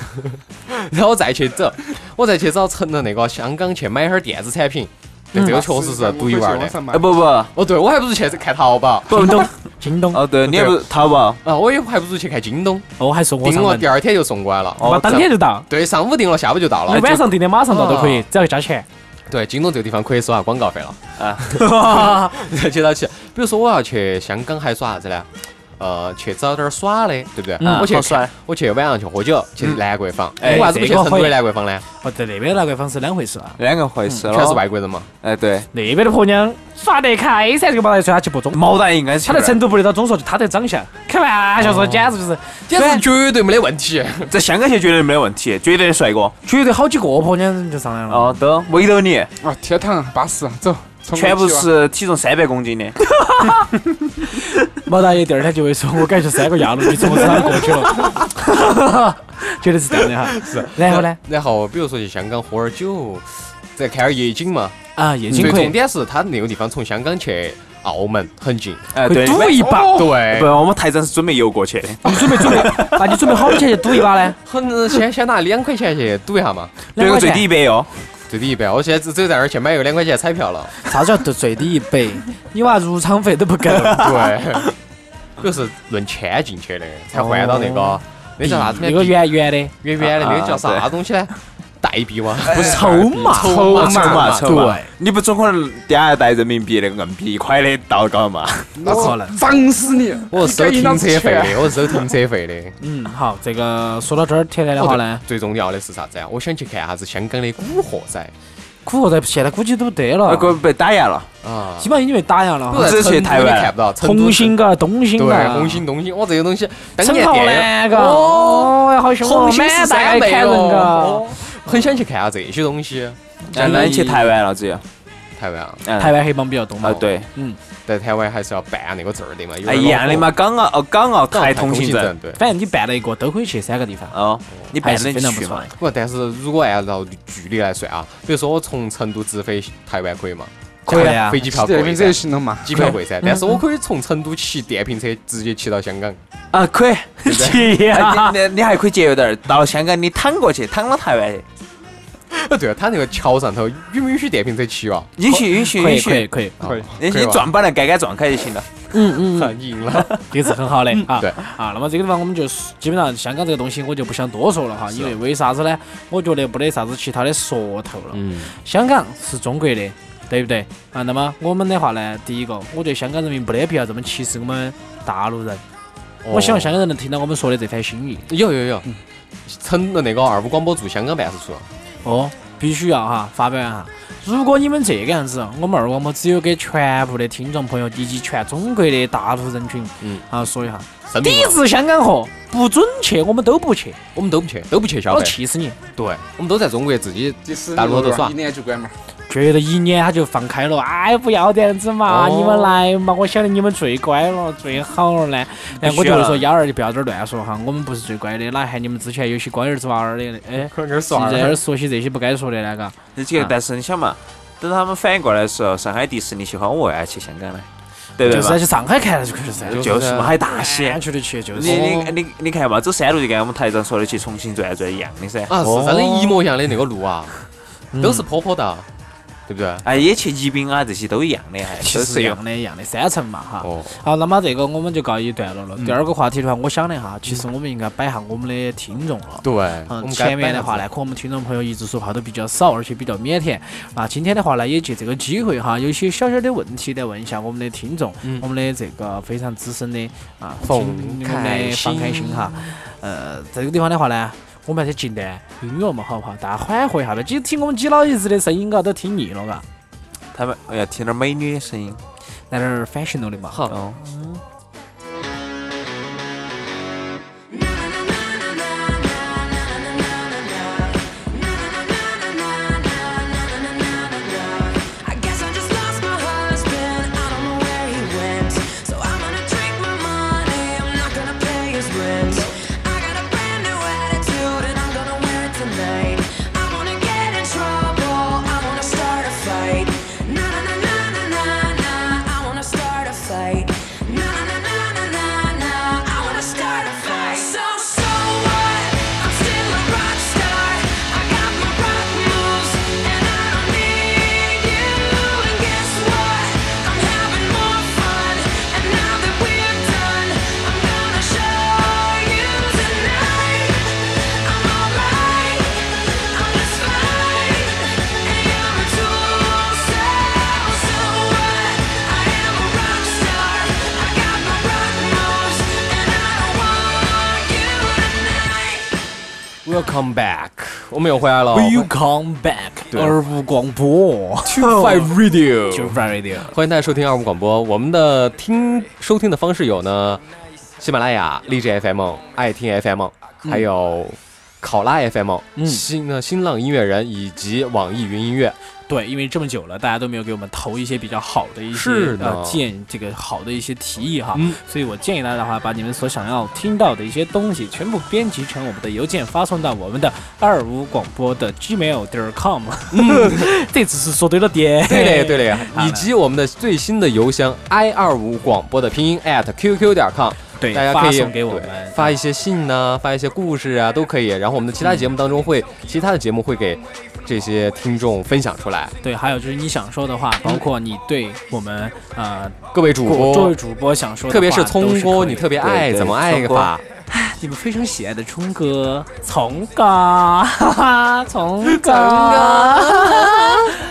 S3: *laughs* 然后再去走，我再去找成了那个香港去买哈儿电子产品，对
S4: 嗯
S3: 这个确实是啊独一无二的。
S5: 哎不不
S3: 哦，对，我还不如去看淘宝
S5: 不，
S4: 京
S5: 不
S4: 东，京东，
S5: 哦对，你也不是淘宝
S3: 啊，我也还不如去看京东，
S4: 哦，还说我
S3: 订
S4: 上
S3: 了
S4: 门
S3: 第，二天就送过来了。
S4: 我
S5: 哦，
S4: 当天就到，
S3: 对，上午订了，下午就到
S4: 你
S3: 了。
S4: 晚上订的马上到都可以，只要加钱。
S3: 对，京东这个地方可以收下广告费了。
S4: 哈哈
S3: 再 *laughs* 接到去，比如说我要去香港还耍啥子呢？呃，去找点儿耍的，对不对？
S4: 嗯
S3: 我去
S5: 好耍
S3: 看我去晚上去喝酒，去兰桂坊。
S5: 哎
S3: 我为啥子不去
S4: 这个
S3: 成都
S4: 会
S3: 的兰桂坊呢？
S4: 哦，在那边那个方是两回事啊，
S5: 两个回事了。
S3: 全是外国人嘛。
S5: 哎对，
S4: 那边的婆娘耍得开噻，这个毛来说他去播种。
S5: 毛蛋应该去
S4: 他在成都不得到中说，就他这长相，开玩笑说简直就是，
S3: 简直绝对没得问题。
S4: 哎
S5: 在香港去绝对没问题，绝对帅哥。
S4: 绝对好几个婆娘就上来了。
S5: 哦，都围到你，
S2: 啊，天堂巴士，走，冲过
S5: 全部
S2: 去吧
S5: 是体重三百公斤的。
S4: 毛大爷第二天就会说，我感觉三个亚路就从我身上过去了，绝对是这样的哈。是，然后呢？？
S3: *laughs* 然后比如说去香港喝点儿酒，再看点儿夜景嘛。
S4: 啊，夜景
S3: 最
S4: 可以
S3: 重点是它那个地方从香港去澳门很近。
S5: 哎
S4: 可以
S5: 对，
S4: 赌一把，
S5: 不，
S3: 对，
S5: 我们台长是准备游过去的。
S4: 你准备准备，那你准备好多钱去赌一把呢？
S3: 很先先拿两块钱去赌一下嘛，
S5: 这
S4: 两
S5: 个
S4: 块
S5: 最
S4: 钱
S5: 低一百哦哟，
S3: 最低一百。我现在只只有在那儿去买个两块钱彩票了。
S4: 啥叫最最低一百？你娃入场费都不够。
S3: 对，就是论千进去的，才换到那哦个那叫啥子呢？
S4: 那个圆圆的，
S3: 圆圆的那个叫
S5: 啊
S3: 啥
S5: 对
S3: 东西呢？代币吗？
S4: 不是筹码
S3: 筹码
S5: 筹码筹码
S4: 对，
S5: 你不总可能第二代人民币那个硬币一块的到高嘛？
S4: 不可能。
S2: 脏死你！
S3: *laughs* 我是收
S2: 给你
S3: 停
S2: 当
S3: 车费
S2: 钱
S3: *laughs* 的，我是收停车费的。
S4: 嗯，好，这个说到这儿，甜甜的话呢，
S3: 最重要的是啥子呀？啊我想去看啥子香港的古惑仔
S4: 古惑仔现在估计都不得了
S5: 那，个被打压了，
S3: 啊，
S4: 基本上已经被打压了
S3: 不
S4: 哈。
S3: 然
S5: 只
S3: 成
S5: 去
S3: 都
S5: 台湾
S3: 你看不到，成都
S4: 红星嘎，东星
S3: 对
S4: 嘎，
S3: 红星东星，我这个东西当
S4: 陈
S3: 年
S4: 浩
S3: 电影
S4: 南嘎，
S3: 哦，
S4: 哦，好凶哦
S3: 红，星
S4: 满
S3: 十
S4: 大
S3: 三
S4: 街
S3: 妹
S4: 砍人
S3: 哦
S4: 嘎。，
S3: 很想去看下这些东西。
S5: 那那
S4: 哎
S5: 你去台湾了只有？
S3: 台湾啊，
S5: 嗯
S4: 嗯台湾黑帮比较多嘛
S5: 啊，对，
S3: 在台湾还是要办那个证儿的嘛，有
S5: 哎
S3: 点
S5: 一样的嘛，港澳哦港
S3: 老
S5: 澳
S3: 火，
S5: 台通行证。
S3: 对。
S4: 反正你办了一个都可以去三个地方，
S5: 哦，你
S4: 还
S5: 办
S4: 是
S5: 得
S4: 非常不
S5: 去
S4: 错
S5: 嘛
S4: 的？。
S3: 不，但是如果按照距离来算啊，比如说我从成都直飞台湾可以吗？
S4: 可以的呀
S3: 飞机
S2: 去
S3: 票
S2: 那
S3: 贵
S2: 边这就
S3: 噻，
S2: 行了嘛。
S3: 机票贵噻。但是我可以从成都骑电瓶车直接骑到香港。
S5: 啊，
S4: *laughs*
S5: 可以。
S4: 去
S5: 啊
S4: 呀！
S5: 你你你还可以节约点儿，到香港你躺过去，躺到台湾去，
S3: 哦，对了，他那个桥上头允不允许电瓶车骑哦？
S5: 允许允许
S4: 可
S5: 允
S4: 以可以
S5: 许，
S4: 可以，
S2: 可以
S5: 你
S3: 可以
S5: 你
S3: 吧
S5: 撞板了，该该撞开就行了。
S4: 嗯嗯，
S3: 你赢了。
S4: *laughs*
S3: 嗯
S4: 这个是很好的啊。
S3: 对
S4: 啊，那么这个地方我们就基本上香港这个东西我就不想多说了哈，
S3: 啊
S4: 因为为啥子呢？我觉得没得啥子其他的说头了。
S3: 嗯，
S4: 香港是中国的，对不对？啊，那么我们的话呢，第一个，我觉得香港人民没得必要这么歧视我们大陆人。我希望香港人能听到我们说的这番心意。
S3: 哦
S4: 嗯
S3: 有有有，成了那个二五广播驻香港办事处。
S4: 哦，必须要哈，发表一下。如果你们这个样子，我们二广播只有给全部的听众朋友以及全中国的大陆人群，
S3: 嗯，
S4: 啊，说一下，
S3: 声
S4: 抵
S3: 明了，
S4: 制香港货，不准去，我们都不去，
S3: 我们都不去，都不去消
S4: 我
S3: 费。
S4: 气死你！
S3: 对，我们都在中国自己
S2: 迪士
S3: 大陆都耍
S2: 一年就关门。
S4: 觉得一脸他就放开了，哎，不要这样子嘛，
S3: 哦
S4: 你们来嘛，我晓得你们最乖了，最好了呢。然后我就会说，幺儿就不要这儿乱说哈，我们不是最乖的，哪还你们之前有些乖儿子娃儿的呢？哎，
S3: 可能这儿
S4: 在
S3: 耍
S4: 那
S3: 儿
S4: 儿说些这些不该说的那个。
S5: 而且
S4: 啊
S5: 但是你想嘛，等他们反应过来的时候，上海迪士尼喜欢我呀，去香港来，对不
S4: 就
S5: 对
S4: 是
S5: 嘛
S4: 要？去上海看就哎可以噻，
S3: 就
S5: 就是嘛，还大
S4: 安
S5: 些。
S4: 全的去就
S5: 你
S4: 是。
S5: 你你你看嘛，走山路就跟我们台长说的去重庆转一转一样的噻。
S3: 啊，是真的，一模一样的那个路啊， *laughs* 都是坡坡的，对不对？
S5: 哎，也去宜宾啊，这些都一样的，还
S4: 其
S5: 都
S4: 实
S5: 是
S4: 一
S5: 有
S4: 样的，一样的，三层嘛哈。
S3: 哦，
S4: 好，那么这个我们就告一段落了。第二个话题的话，我想了一下，其实我们应该摆下我们的听众了。
S3: 对，我
S4: 嗯，
S3: 们
S4: 前面的话
S3: 呢，
S4: 呢，可我们听众朋友一直说话都比较少，而且比较腼腆。那今天的话呢，也借这个机会哈，有些小小的问题来问一下我们的听众，
S3: 嗯
S4: 我们的这个非常资深的啊，
S3: 冯
S4: 听我们
S3: 开
S4: 的
S3: 心
S4: 方开心哈。呃，这个地方的话呢，我们还是简单音乐嘛，好不好？大家缓和一下呗，就听我们几老爷子的声音啊嘎，都听腻了嘎，
S5: 他们要听点美女的声音。
S4: 在那儿 fashion 了的嘛。
S3: 好，
S5: 哦，
S8: I guess I just lost my husband. I don't know where he went. So I'm gonna drink my money. I'm not gonna pay his rent. I got a brand new attitude and I'm gonna wear it tonight. I wanna get in trouble. I wanna start a fight. Na na na na na na na. I wanna start a fight. Na na na na na na. I wanna start a fight. So so what? I'm still a rock star. I got my rock moves and I don't need you. And guess what? I'm having more fun. And now that we're done, I'm gonna show you tonight. I'm alright. I'm just fine. And you're a tool. So so what? I am a rock star. I got my rock moves and I don't want you tonight.
S3: Welcome back，我们又回来了。
S4: Welcome back，二五广播
S3: 啊 Two Five
S4: *laughs*
S3: Radio，
S4: 就是 radio。
S3: 哦欢迎大家收听二五广播。我们的听收听的方式有呢，喜马拉雅、荔枝 FM、爱听 FM，还有考拉 FM、
S4: 嗯
S3: 新呢新浪音乐人以及网易云音乐。
S4: 对，因为这么久了，大家都没有给我们投一些比较好的一些
S3: 是的
S4: 呃建这个好的一些提议哈，
S3: 嗯
S4: 所以我建议大家的话，把你们所想要听到的一些东西全部编辑成我们的邮件，发送到我们的二五广播的 gmail 点
S3: *laughs*
S4: com，、这
S3: 嗯
S4: 只是说对了点，
S3: 对嘞，对嘞，
S4: 好嘞
S3: 以及我们的最新的邮箱 i 二五广播的拼音 at qq 点 com，
S4: 对，
S3: 大家可
S4: 发
S3: 以
S4: 送给我
S3: 对
S4: 们。
S3: 发一些信呐、发一些故事啊，都可以。然后我们的其他节目当中会，其他的节目会给这些听众分享出来。
S4: 对，还有就是你想说的话，包括你对我们呃
S3: 各嗯位主播，
S4: 各位主播想说的话，
S3: 特别是聪
S4: 都
S3: 哥，
S4: 可以
S3: 你特别爱，
S5: 对对
S3: 怎么爱
S5: 聪哥
S3: 法？
S4: 你们非常喜爱的聪哥，聪哥， *laughs* 哈哈，聪哥， *laughs*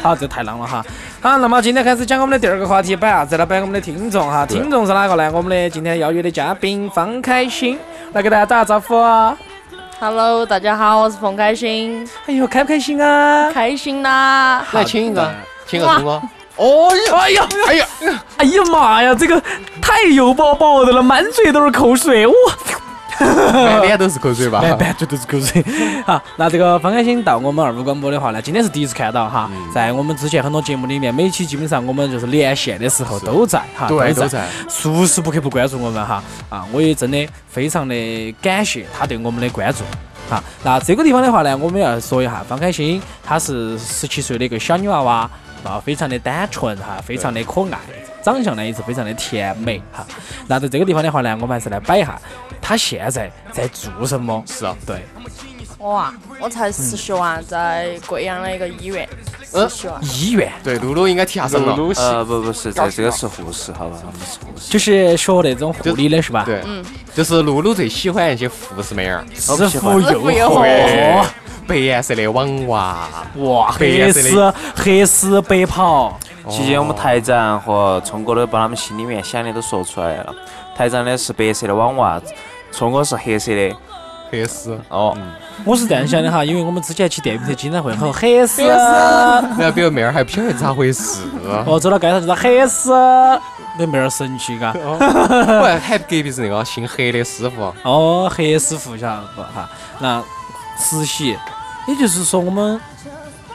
S4: 好，这太浪了哈。好，那么今天开始讲我们的第二个话题，摆啥子呢？摆我们的听众哈。听众是哪个呢？我们的今天邀约的嘉宾方开心，来给大家打个招呼啊！
S6: Hello，大家好，我是冯开心，
S4: 哎呦，开不开心 *laughs* 啊？
S6: 开心啦！
S3: 来亲一个，亲一个
S6: 哇
S3: 聪哥。
S4: 哦
S3: *laughs*
S4: 哟，哎呀，哎呀，哎呀妈呀，这个太油爆爆的了，满嘴都是口水，哇！
S3: 满脸都是口
S4: *laughs*
S3: 水吧？
S4: 哎，满嘴都是口水。
S3: *laughs*
S4: 好，那这个方开心到我们二五广播的话呢，今天是第一次看到哈，
S3: 嗯
S4: 在我们之前很多节目里面，每期基本上我们就是连线的时候都在哈，
S3: 对，都
S4: 在，
S3: 在。
S4: 无时不刻不关注我们哈啊！我也真的非常的感谢他对我们的关注。啊，那这个地方的话呢，我们要说一下方开心，她是十七岁的一个小女娃娃，啊，非常的单纯哈，非常的可爱，长相呢也是非常的甜美哈。那在这个地方的话呢，我们还是来摆一下她现在在做什么。
S3: 是啊，
S4: 对，
S6: 我啊，我才实习完，在贵阳的一个医院实
S3: 嗯
S6: 习完。
S4: 医院
S3: 对，露露应该提下声了。
S2: 露西
S5: 呃，不不是，这这个是护士，好吧？我们是护士。
S4: 就是学那种护理的是吧？，
S3: 对，就是露露最喜欢一些护士妹儿，
S5: 我不
S4: 制
S5: 喜
S4: 服
S5: 欢
S4: 诱
S6: 制服诱
S4: 惑
S6: 惑，
S3: 白颜色的网袜。
S4: 哇，
S3: 白
S4: 黑
S3: 颜色
S4: 丝黑丝白袍，
S5: 期间我们台长和聪哥都把他们心里面想的都说出来了。台长呢是白色的网袜，聪哥是黑色的。
S3: 黑丝，
S5: 哦，
S4: 我是这样想的哈，因为我们之前去电瓶车经常会吼黑丝，
S3: 然后别个妹儿还不晓得咋回事，
S4: *laughs* 哦，走到街上就是黑丝，那妹儿神奇
S5: *laughs*
S4: 嘎，
S3: 我还还隔壁是那个姓黑的师傅，
S4: 哦，黑师傅晓得不哈？那实习，也就是说我们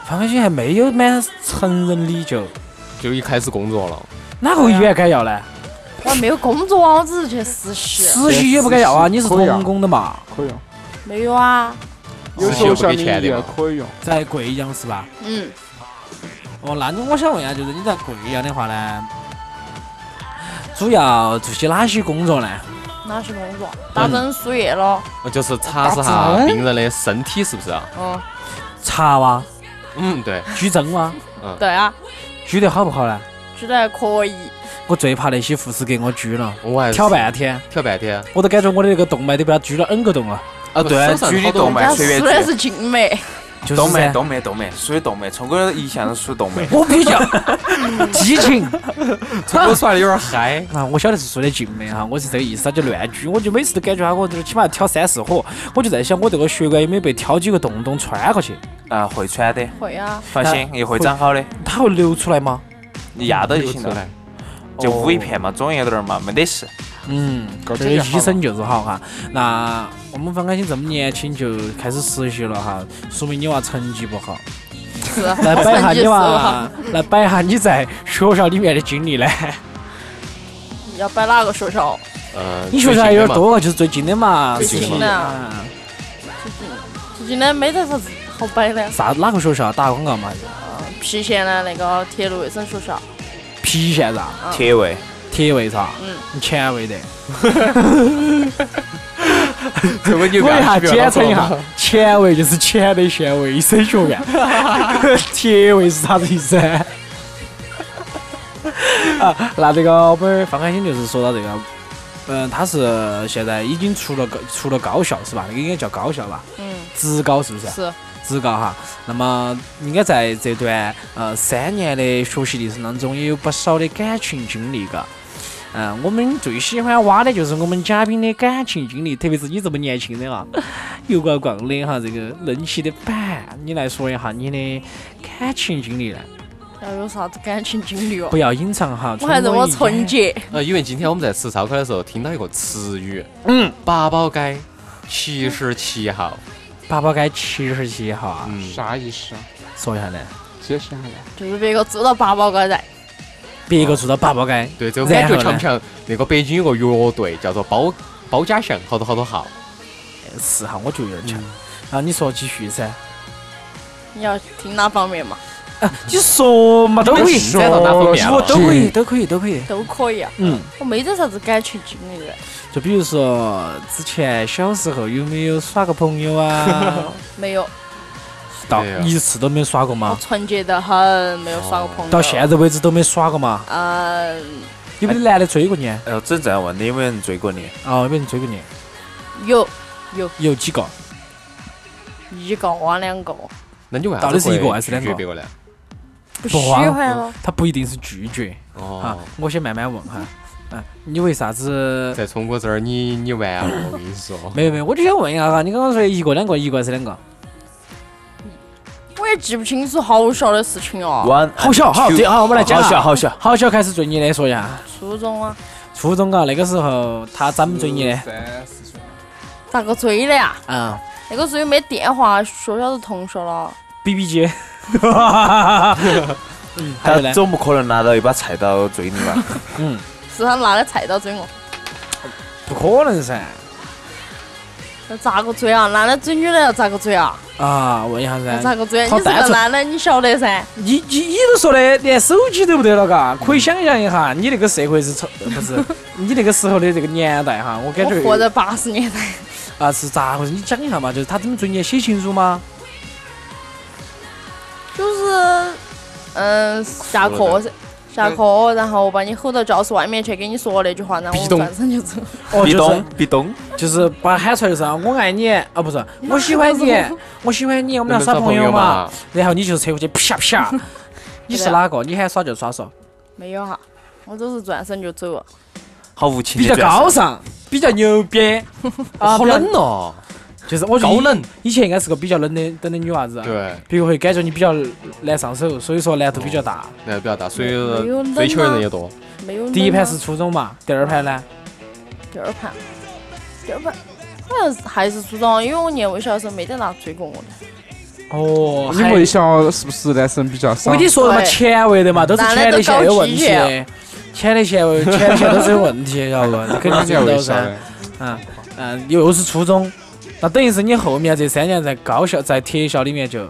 S4: 方开心还没有满成人礼就，
S3: 就一开始工作了，
S4: 哪个医院敢要呢？
S6: 我没有工作啊，我只是去实习。
S4: 实习也不敢要啊，你是童工的嘛，
S2: 可以用。
S6: 没有啊，
S2: 有时
S3: 实习又
S2: 候
S3: 不
S2: 像
S3: 给
S2: 你
S3: 钱
S2: 也
S3: 的嘛。
S2: 可以用，
S4: 在贵阳是吧？
S6: 嗯，
S4: 哦，那你我想问一下，就是你在贵阳的话呢，主要做些哪些工作呢？
S6: 哪是工作？打针输液了，
S3: 呃就是查试下病人的身体是不是啊？
S6: 嗯，
S4: 查哇，
S3: 嗯，对，
S4: 举证哇，
S6: 对啊，
S4: 举得好不好呢？
S6: 觉得还可以。
S4: 我最怕那些护士给我举了，
S3: 我还是
S4: 挑半天，
S3: 挑半天
S4: 我都感觉我的那个动脉都被他举了 N 个洞了，
S3: 啊
S5: 对，举的动
S6: 人
S5: 脉
S6: 家
S5: 随便
S6: 输的
S5: 举，
S6: 是静脉，
S4: 就是
S5: 动脉
S4: 噻，
S5: 动脉动脉，属于动脉。聪哥一向都属于动 *laughs* 脉
S4: 我比较 *laughs* 激情， *laughs*
S3: 聪哥耍的有点嗨，
S4: 啊，我晓得是说的近的哈，我是这个意思，他就乱举，我就每次都感觉他给我这儿起码挑三四火，我就在想我这个血管有没有被挑几个洞洞穿过去，
S5: 啊，会穿的，
S6: 会啊，
S5: 放心，也会长好的，
S4: 它会流出来吗？
S5: 你压到就行了，就捂一片嘛，肿一点儿嘛，没得事。
S4: 嗯，
S2: 搞
S4: 这
S2: 这
S4: 个
S2: 就好
S4: 医
S2: 了
S4: 生就是好哈。那我们方开心这么年轻就开始实习了哈，说明你娃成绩不好。
S6: 是。
S4: *laughs* 来摆一下
S6: 成绩
S4: 你
S6: 是
S4: 娃
S6: 吧？，
S4: *laughs* 来摆一下你在学校里面的经历呢？
S6: 要摆哪个学校？
S3: 呃，
S4: *laughs* 你学校有点多，就是最近的嘛，
S6: 最
S4: 实习
S6: 近的
S4: 啊
S6: 最近呢没得啥子好摆的，
S4: 啥哪个学校打广告嘛？
S6: 郫县的那个铁路卫生学校，
S4: 郫县啥？
S5: 铁胃，
S4: 铁卫啥？
S6: 嗯，
S4: 你前卫的。
S3: 最后你
S4: 我一下简称一下
S3: 下，，
S4: 前卫就是前列腺卫生学院， *laughs* 铁卫是啥子意思 *laughs* 啊？啊，那这个我们方开心就是说到这个，嗯，他是现在已经出了高出了高校是吧？那个应该叫高校吧？
S6: 嗯，
S4: 职高是不是？
S6: 是
S4: 职高哈。那么应该在这段呃三年的学习历程当中，也有不少的感情经历嘎。嗯、我们最喜欢挖的就是我们嘉宾的感情经历，特别是你这么年轻 *laughs* 的啊，油光光的哈，这个嫩起的板，你来说一下你的感情经历呢？
S6: 要有啥子感情经历哦
S4: 不？要隐藏哈，
S6: 我还认我
S4: 从一
S6: 纯洁，
S3: 呃，因为今天我们在吃烧烤的时候听到一个词语，嗯，八宝街七十七号，
S4: 八宝街七十七号啊，
S3: 嗯，
S2: 啥意思啊？
S4: 说一下呢，
S2: 解释一下来。
S6: 就是别个住到八宝街在，
S4: 别个住到八宝街，
S3: 对，这个感觉
S4: 然后呢
S3: 像不像那个北京有个乐队叫做包包家巷，好多好多号，
S4: 是哈，我觉得有点强。啊，你说继续噻，
S6: 你要听哪方面嘛？
S4: 你说嘛都可以，
S3: 展到哪方面
S4: 我
S3: 了？
S4: 都可以，都可以，都可以。
S6: 都可以啊。
S4: 嗯，
S6: 我没得啥子感情经历的，
S4: 就比如说之前小时候有没有耍过朋友 *laughs* 啊？
S6: 没有，
S4: 到
S3: 对呀
S4: 一次都没耍过
S6: 我
S4: 吗？
S6: 纯洁得很，没有耍过朋友。
S4: 啊到现在为止都没耍过嘛？
S6: 嗯，
S4: 有没得男的追过你？
S5: 呃，只能这样问你有没有人追过你？
S4: 哦，有没有人追过你？
S6: 有
S4: 有几个？
S6: 一个啊，两个，
S3: 那你为啥
S4: 到底是一个还是
S3: 是
S4: 两个
S3: 别个呢？
S6: 不喜
S4: 不花
S6: 欢了。
S4: 他不一定是拒绝啊
S3: 哦，，
S4: 我先慢慢问哈。嗯，你为啥子？
S3: 在聪哥这儿你你完了，我跟你说，
S4: 没有没有，我就想问一下哈，你刚刚说一个两个，一个还是两个？
S6: 我也记不清楚好小的事情哦，
S5: one，
S4: 好小好，对，好，我们来讲
S5: 啊
S4: 啊
S5: 好
S4: 哈
S5: 小好小，
S4: 好小开始追你的，说一下。
S6: 初中啊，
S4: 初中啊，那个时候他咋么追你
S3: 哎
S4: 的？
S2: 三四岁。
S6: 咋个追的呀？
S4: 嗯
S6: 那个时候又没电话，学校是同学了，
S4: ，B B *laughs* 机。嗯还有
S5: 他
S4: 呢？
S5: 总不可能拿到一把菜刀追你
S4: *laughs*
S5: 吧？
S4: 嗯。
S6: 是他拿的菜刀追我，
S4: 不可能噻！
S6: 那咋个追啊？男的追女的要咋个追啊？
S4: 啊，问一下
S6: 那咋
S4: 噻，
S6: 个追啊？
S4: 好
S6: 你是
S4: 单
S6: 个
S4: 纯
S6: 男的，你晓得噻？
S4: 你你你都说的连手机都不得了嘎，可以想象一下，你那个社会是从 *laughs* 不是你那个时候的这个年代哈，我感
S6: 我活
S4: 觉
S6: 在八十年代，
S4: 啊是咋回事？你讲一下嘛，就是他怎么追你？写情书吗？
S6: 就是，嗯，下课噻，下课，然后把你吼到教室外面去，给你说那句话，然后我
S3: 咚
S6: 转身就走。 *laughs*
S4: 哦，
S5: 壁
S4: 就是
S5: 咚壁咚，
S4: 就是把他喊出来就是我爱你啊，不是我喜欢你，我喜欢你，我
S3: 我
S4: 们俩耍
S3: 朋
S4: 朋友嘛。啊
S3: 嘛，
S4: 然后你就扯过去啪
S6: *laughs*
S4: 啪，你是哪个？你喊耍就耍嗦，
S6: 没有哈，我都是转身就走了。
S5: 好无情
S4: 比
S5: 的
S4: 较
S5: 角色
S4: 高尚，比较牛
S6: *laughs*
S4: 逼啊，
S3: 好
S4: 比较
S3: 冷哦，
S4: 就是我觉得
S3: 高冷，
S4: 以前应该是个比较冷的冷的女娃子。
S3: 对，
S4: 别个会感觉你比较难上手，所以说难度比较大。
S3: 那比较大，所以
S6: 没有
S4: 啊
S6: 冷
S3: 追求的
S6: 吗
S3: 人也多。
S6: 没有。
S4: 第一盘是，初中嘛，第二盘呢？
S6: 第二盘，第二盘，好像是还是初中，因为我念卫校的时候没得哪追过我的。
S4: 哦，
S2: 你
S4: 还
S2: 微笑是不是男生比较
S4: 我
S2: 少
S4: 跟？你说的嘛，
S6: 对
S4: 前卫的嘛，都是
S6: 男的
S4: 前列
S6: 都
S4: 腺有
S6: 搞
S4: 问
S6: 基
S4: 题
S6: 耶，
S4: 前列腺有前列腺都是有问题，晓得不？肯定
S2: 叫
S4: 是
S2: 微
S4: 都
S2: 笑
S4: 噻。
S2: 的，
S4: 嗯嗯，又是初中，那等于是你后面这三年在高校在铁校里面就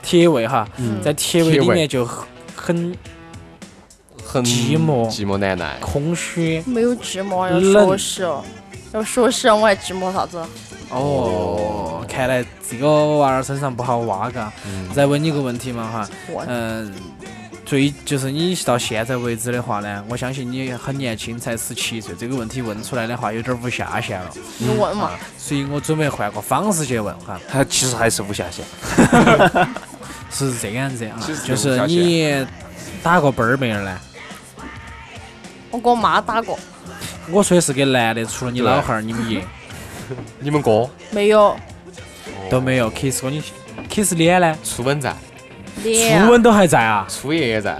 S4: 铁卫哈，
S6: 嗯
S4: 在铁卫
S2: 铁
S4: 里
S2: 卫
S4: 面就很很
S3: 很
S4: 寂寞
S3: 寂寞难耐。
S4: 空虚
S6: 没有寂寞，
S4: 冷
S6: 有硕士哦，有硕士我还寂寞啥子？
S4: 哦。看来这个娃儿身上不好挖嘎。再问你个问题嘛哈，
S6: 我
S4: 嗯，最就是你到现在为止的话呢，我相信你很年轻，才十七岁。这个问题问出来的话，有点儿无下限了，
S6: 你问嘛
S4: 啊，所以我准备换个方式去问哈，
S5: 他其实还是无下限。
S4: 是这个样子啊
S2: 其实，
S4: 就
S2: 这个
S4: 是
S2: 无下限
S4: 你打过班儿没有呢？
S6: 我跟我妈打过，
S4: 我说的是给男的，除了你老汉儿，你们爷
S3: 你们哥
S6: 没有
S4: 都没有 kiss 过你，kiss 脸呢？
S3: 初吻在，
S6: 脸
S4: 初吻都还在啊，
S3: 初夜也在，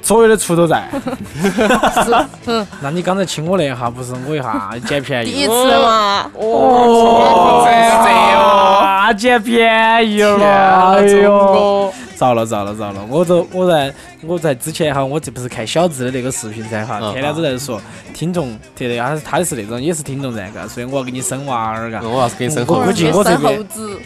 S4: 所有的初都在。 *laughs* 啊
S6: 是，嗯，
S4: 那你刚才亲我了一下，不是我一下捡便
S6: 第
S4: 宜
S6: 一
S4: 了，
S6: 次嘛，
S4: 哦，
S3: 哎这样
S4: 啊，捡便宜了，哎呦。糟了糟了糟了！我都我在我在之前哈，我这不是看小智的那个视频噻哈，
S3: 嗯
S4: 天天都在说听众特的，他他是那种也是听众噻嘎，所以我要给你生娃儿嘎。
S3: 我要是给你生
S4: 我
S3: 猴
S4: 估
S3: 子
S4: 计，我这
S6: 生
S4: 边
S6: 猴子，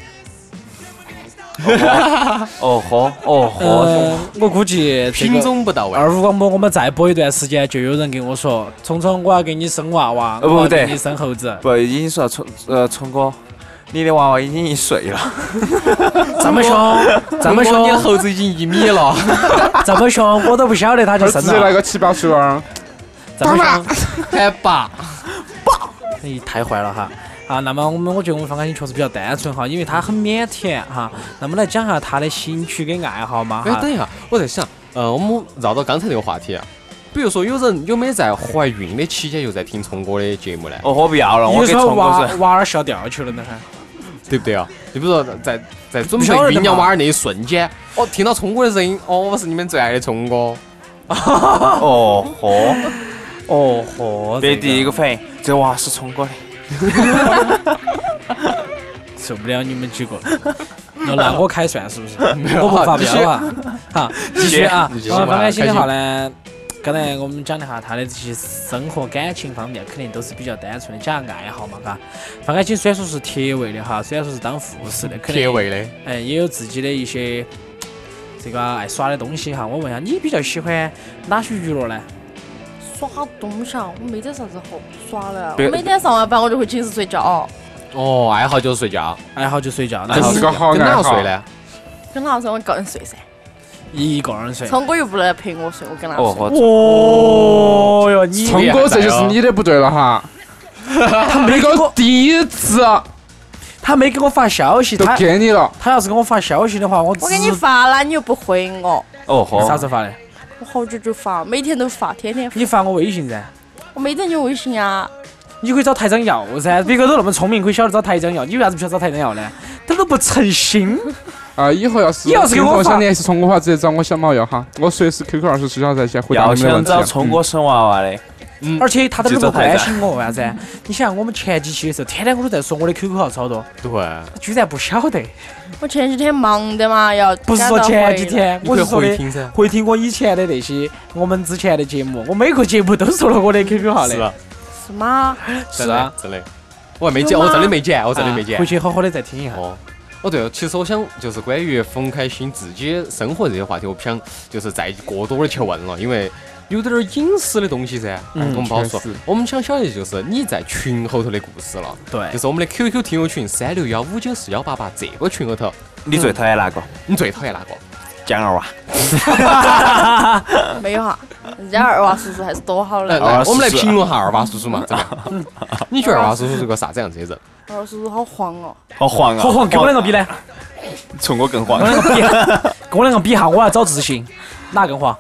S5: 哦吼，哦吼，
S4: 呃，我估计这
S3: 品
S4: 个
S3: 种不到位。
S4: 二五广播我们再播一段时间，就有人给我说，聪聪我要给你生娃娃，
S5: 呃不
S4: 我要
S5: 对
S4: 给你生猴子。
S5: 不，已经说聪呃聪哥，你的娃娃已经一岁了，
S4: 这么凶，这么
S3: 你的
S4: 凶，
S3: 猴子已经一米 *laughs* 了，
S4: 这么凶，我都不晓得他就
S2: 而直 *laughs*
S4: 生
S2: 接来
S4: 了。
S2: 个七八十啊万，
S4: 这么凶，
S3: 还爸，
S4: 哎，太坏了哈！啊，那么我们我觉得我们方感兴确实比较单纯哈，因为他很腼腆哈。那么来讲一下他的兴趣跟爱好嘛
S3: 哎，
S4: 哈
S3: 等。一下，我在想，呃，我们绕到刚才那个话题啊，比如说有人有没在怀孕的期间又在听聪哥的节目呢？
S5: 哦我不要了，我
S4: 你
S5: 给
S4: 说
S5: 聪
S4: 娃
S5: 哥说，
S4: 娃儿笑掉去了呢？还
S3: 对不对啊？你比如说在在准备
S4: 不晓得的
S3: 酝酿
S4: 嘛
S3: 娃儿那一瞬间，哦，听到聪哥的声音，哦，我是你们最爱的聪哥，
S5: 哦吼，
S4: 哦豁，
S5: 别
S4: 这
S5: 第一个反应，这娃是聪哥的，
S4: 受不了你们
S3: *laughs*
S4: 几个。那那我开算是不是？我不发飙啊！好，
S3: *laughs*
S4: 继续啊
S3: 继续！
S4: 我们刚开心的话
S3: 开
S4: 呢，刚才我们讲了一下他的这些生活感情方面，肯定都是比较单纯的，讲爱好嘛，嘎。方开心虽然说是铁胃的哈，虽然说是当护士的，肯
S3: 铁
S4: 定
S3: 胃的，
S4: 嗯也有自己的一些这个爱耍的东西哈。我问一下，你比较喜欢哪些娱乐呢？
S6: 耍东西啊，我没得啥子好耍的，
S5: 别
S6: 我每天上完班我就回寝室睡觉，
S3: 哦，爱好就是睡觉，
S4: 爱哎好就睡觉，然
S3: 哎
S2: 这
S4: 后
S2: 是个好
S3: 跟哪
S2: 爱
S3: 个
S2: 好
S3: 睡。呢？
S6: 跟他说我个人睡噻，
S4: 一个人睡。
S6: 聪哥又不来陪我睡，我跟他
S5: 哦
S6: 睡，
S5: 吼，
S4: 哦哟，你
S2: 聪哥，这就是你的不对了哈。他没
S4: 给
S2: 个第一次
S4: 他没给我发消息，
S2: 都
S4: 他
S2: 给你了，
S4: 他要是给我发消息的话，我
S6: 我给你
S4: 直
S6: 发了，你又不回我，
S5: 哦
S4: 啥
S5: 吼，
S4: 时候发的？
S6: 我好久就发，每天都发，天天发，
S4: 你发我微信噻，
S6: 我每天就微信啊，
S4: 你可以找台长要噻。别个都那么聪明，可以晓得找台长要，你为啥子不晓得找台长要呢？他都不诚心。
S2: 啊！以后要是
S4: 你要是给我
S2: 听众
S4: 发
S2: 想联系聪哥的话，直接找我小猫要哈，我随时 QQ 二十四小时在线回答
S5: 要
S2: 你们的
S5: 想
S2: 问题。啊
S5: 找聪哥
S4: 啊
S5: 生娃娃的，
S4: 而且他都
S5: 记
S4: 那
S5: 者
S4: 么
S5: 台
S4: 关
S5: 长
S4: 心我，为啥子？你想我们前几期的时候，天天我都在说我的 QQ 号超多，
S3: 对。
S4: 他居然不晓得。
S6: 我前几天忙的嘛，要
S4: 不是
S6: 赶
S4: 说
S6: 到
S4: 前
S6: 回
S4: 几
S6: 来
S4: 天，
S3: 你
S4: 我
S3: 可以
S4: 是说
S3: 回
S4: 的
S3: 听噻，
S4: 回听我以前的那些我们之前的节目，我每个节目都说了我的 QQ 号的，
S3: 吧？
S6: 是吗？
S3: 真
S4: 是啊
S3: 的，真的，我还没剪，我真的没剪，我真的没剪
S4: 回。去好好的再听一下。
S3: 哦，哦对了，其实我想就是关于冯开心自己生活这些话题，我不想就是再过多的去问了，因为有点儿隐私的东西噻，我
S4: 嗯
S3: 们不好说
S2: 确实。
S3: 我们想晓得就是你在群后头的故事了，
S4: 对
S3: 就，是我们的 QQ 听友群三六幺五九四幺八八这个群后头，
S5: 你
S4: 嗯
S5: 最讨厌哪个？
S3: 你最讨厌哪个？
S5: 江二娃，
S6: 没有哈，啊人家二娃叔叔还是多好
S3: 来
S6: 的，
S5: 二
S3: 来，
S5: 娃叔
S3: 我们来
S5: 叔
S3: 评论下二娃叔叔嘛，怎么样？你觉得二娃叔叔是个啥子样子的人？
S6: 二娃叔叔好黄哦，
S5: 好黄
S4: *laughs*
S5: 啊！
S4: 好黄，跟我两个比呢？
S5: 聪哥
S1: 哦
S5: 更
S4: 跟我
S5: 黄。 *laughs*
S4: 两个 *laughs* 比，跟我两个比一下，我要找自信，哪更黄？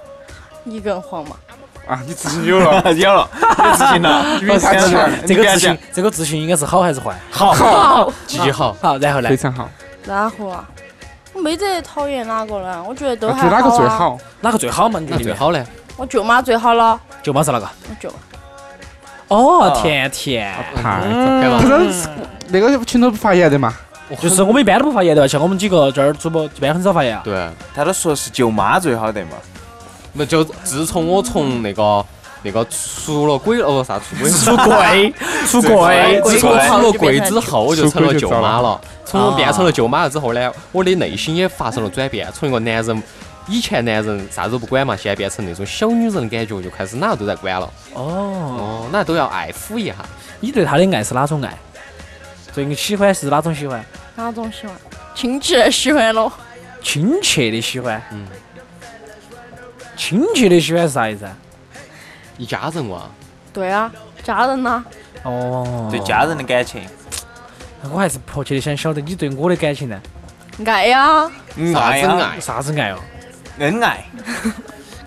S6: 你更黄嘛？
S2: 啊，你自己有
S5: *laughs*
S2: 了，
S4: *laughs*
S5: 有了，有自信 *laughs* 了，你
S2: 他
S5: 敢
S2: 自己
S5: 讲
S4: 这
S5: 你
S4: 个
S5: 敢
S4: 自
S5: 讲
S4: 信，这个自信应该是好还是坏？
S5: 好，
S3: 极极好，
S4: 好，然后呢
S2: 非？常好。
S6: 然后啊，我没得讨厌哪个了，我觉得都
S2: 我觉
S6: 还
S2: 得哪个最
S6: 啊。
S2: 好？
S4: 哪个最好嘛？你觉
S3: 那
S4: 得
S3: 最？好呢？
S6: 我舅妈最好了，
S4: 舅妈是哪个？
S6: 我舅妈。
S4: 哦，甜甜。
S2: 太
S3: 对吧？嗯
S5: 嗯
S2: 不是那个群头不发言的嘛？
S4: 就是我们一般都不发言对吧？像我们几个这儿主播一般很少发言啊。
S3: 对， *laughs*
S5: 他都说是舅妈最好得嘛，
S3: 那就自从我从那个那个出了轨了哦啥出轨，
S4: 出柜， *laughs* 出
S3: *laughs*
S4: 柜，
S3: 自
S6: 出
S3: 从我出了
S6: 轨
S3: 轨之后，我就成了舅啊妈
S2: 出轨就糟
S3: 了。从我变成了舅妈了之后呢，我的内心也发生了转变，从一个男人。以前男人啥子都不管嘛，现在变成那种小女人的感觉，就开始哪都在管了。
S4: 哦，
S3: 哦，哪都要爱抚一下。
S4: 你对他的爱是哪种爱？最喜欢是哪种喜欢？
S6: 哪种喜欢？亲戚的喜欢咯，
S4: 亲切的喜欢。
S3: 嗯。
S4: 亲切的喜欢是啥意思啊？
S3: 一家人哇，
S6: 对啊，家人呐、
S4: 哦，
S5: 对家人的感情，
S4: 我还是迫切的想晓得你对我的感情呢，
S6: 爱呀、
S3: 啥子
S5: 呀，
S3: 嗯爱？啊
S4: 啥子爱哦？
S5: 恩爱，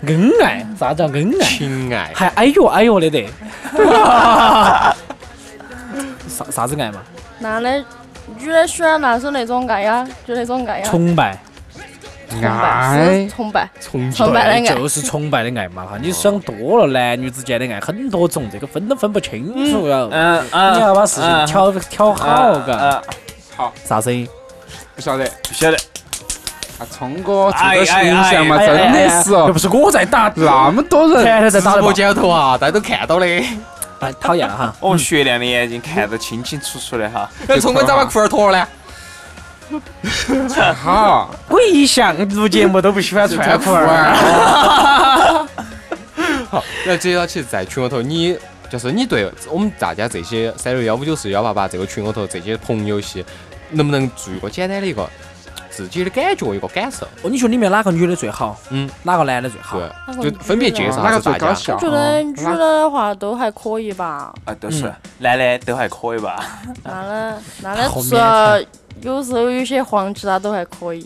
S4: 恩爱，啥叫恩爱？
S3: 情爱？
S4: 还哎呦哎呦的得。 *laughs* 啥啥子爱嘛？
S6: 男的、女的喜欢男生那种爱呀、就那种爱呀、
S4: 崇拜，
S2: 爱哎
S6: 是崇拜，
S3: 崇
S6: 崇拜的爱。
S4: 就是崇拜的爱嘛哈！你想多了，男女之间的爱很多种，这个分都分不清楚了。
S5: 嗯嗯，
S4: 你要把事情挑挑好，嘎。
S5: 嗯，嗯
S4: 啥声音？
S2: 不晓得
S5: 不晓得，
S2: 啊，聪哥这
S5: 哎
S2: 个形象嘛，
S5: 哎哎
S2: 真的是
S4: 又
S2: 哦
S4: 不，是我在打，
S2: 那么多人，
S4: 前
S5: *laughs*
S4: 头在打
S3: 直
S4: 的
S3: 播
S4: 嘛，
S3: 间头啊，大家都看 *laughs* 到的。
S4: 哎，讨厌了哈。
S3: 嗯
S5: 我们雪亮的眼睛看得清清楚楚的哈，
S3: 哎，聪哥咋把裤儿脱了呢？
S2: 好，
S4: 我一向录节目都不喜欢穿裤儿。
S2: 哇
S3: 好，那接到起在群里头，你就是你对我们大家这些三六幺五九四幺八八这个群里头这些朋友些，能不能做一个简单的一个自己的感觉一个感受？
S4: 哦，你觉得里面哪个女的最好？
S3: 嗯，
S4: 哪个男的最好？
S6: 那
S3: 对，
S6: 个
S3: 就分别介绍
S2: 哪
S3: 下
S2: 个
S3: 子
S2: 最哦
S3: 大
S2: 搞
S3: 家。
S2: 笑
S6: 我？觉得女的的话都还可以吧，
S5: 啊，都
S3: 嗯
S5: 是男的都还可以吧。
S6: 男的男的
S4: 好
S6: 除了有时候有些黄，其他都还可以。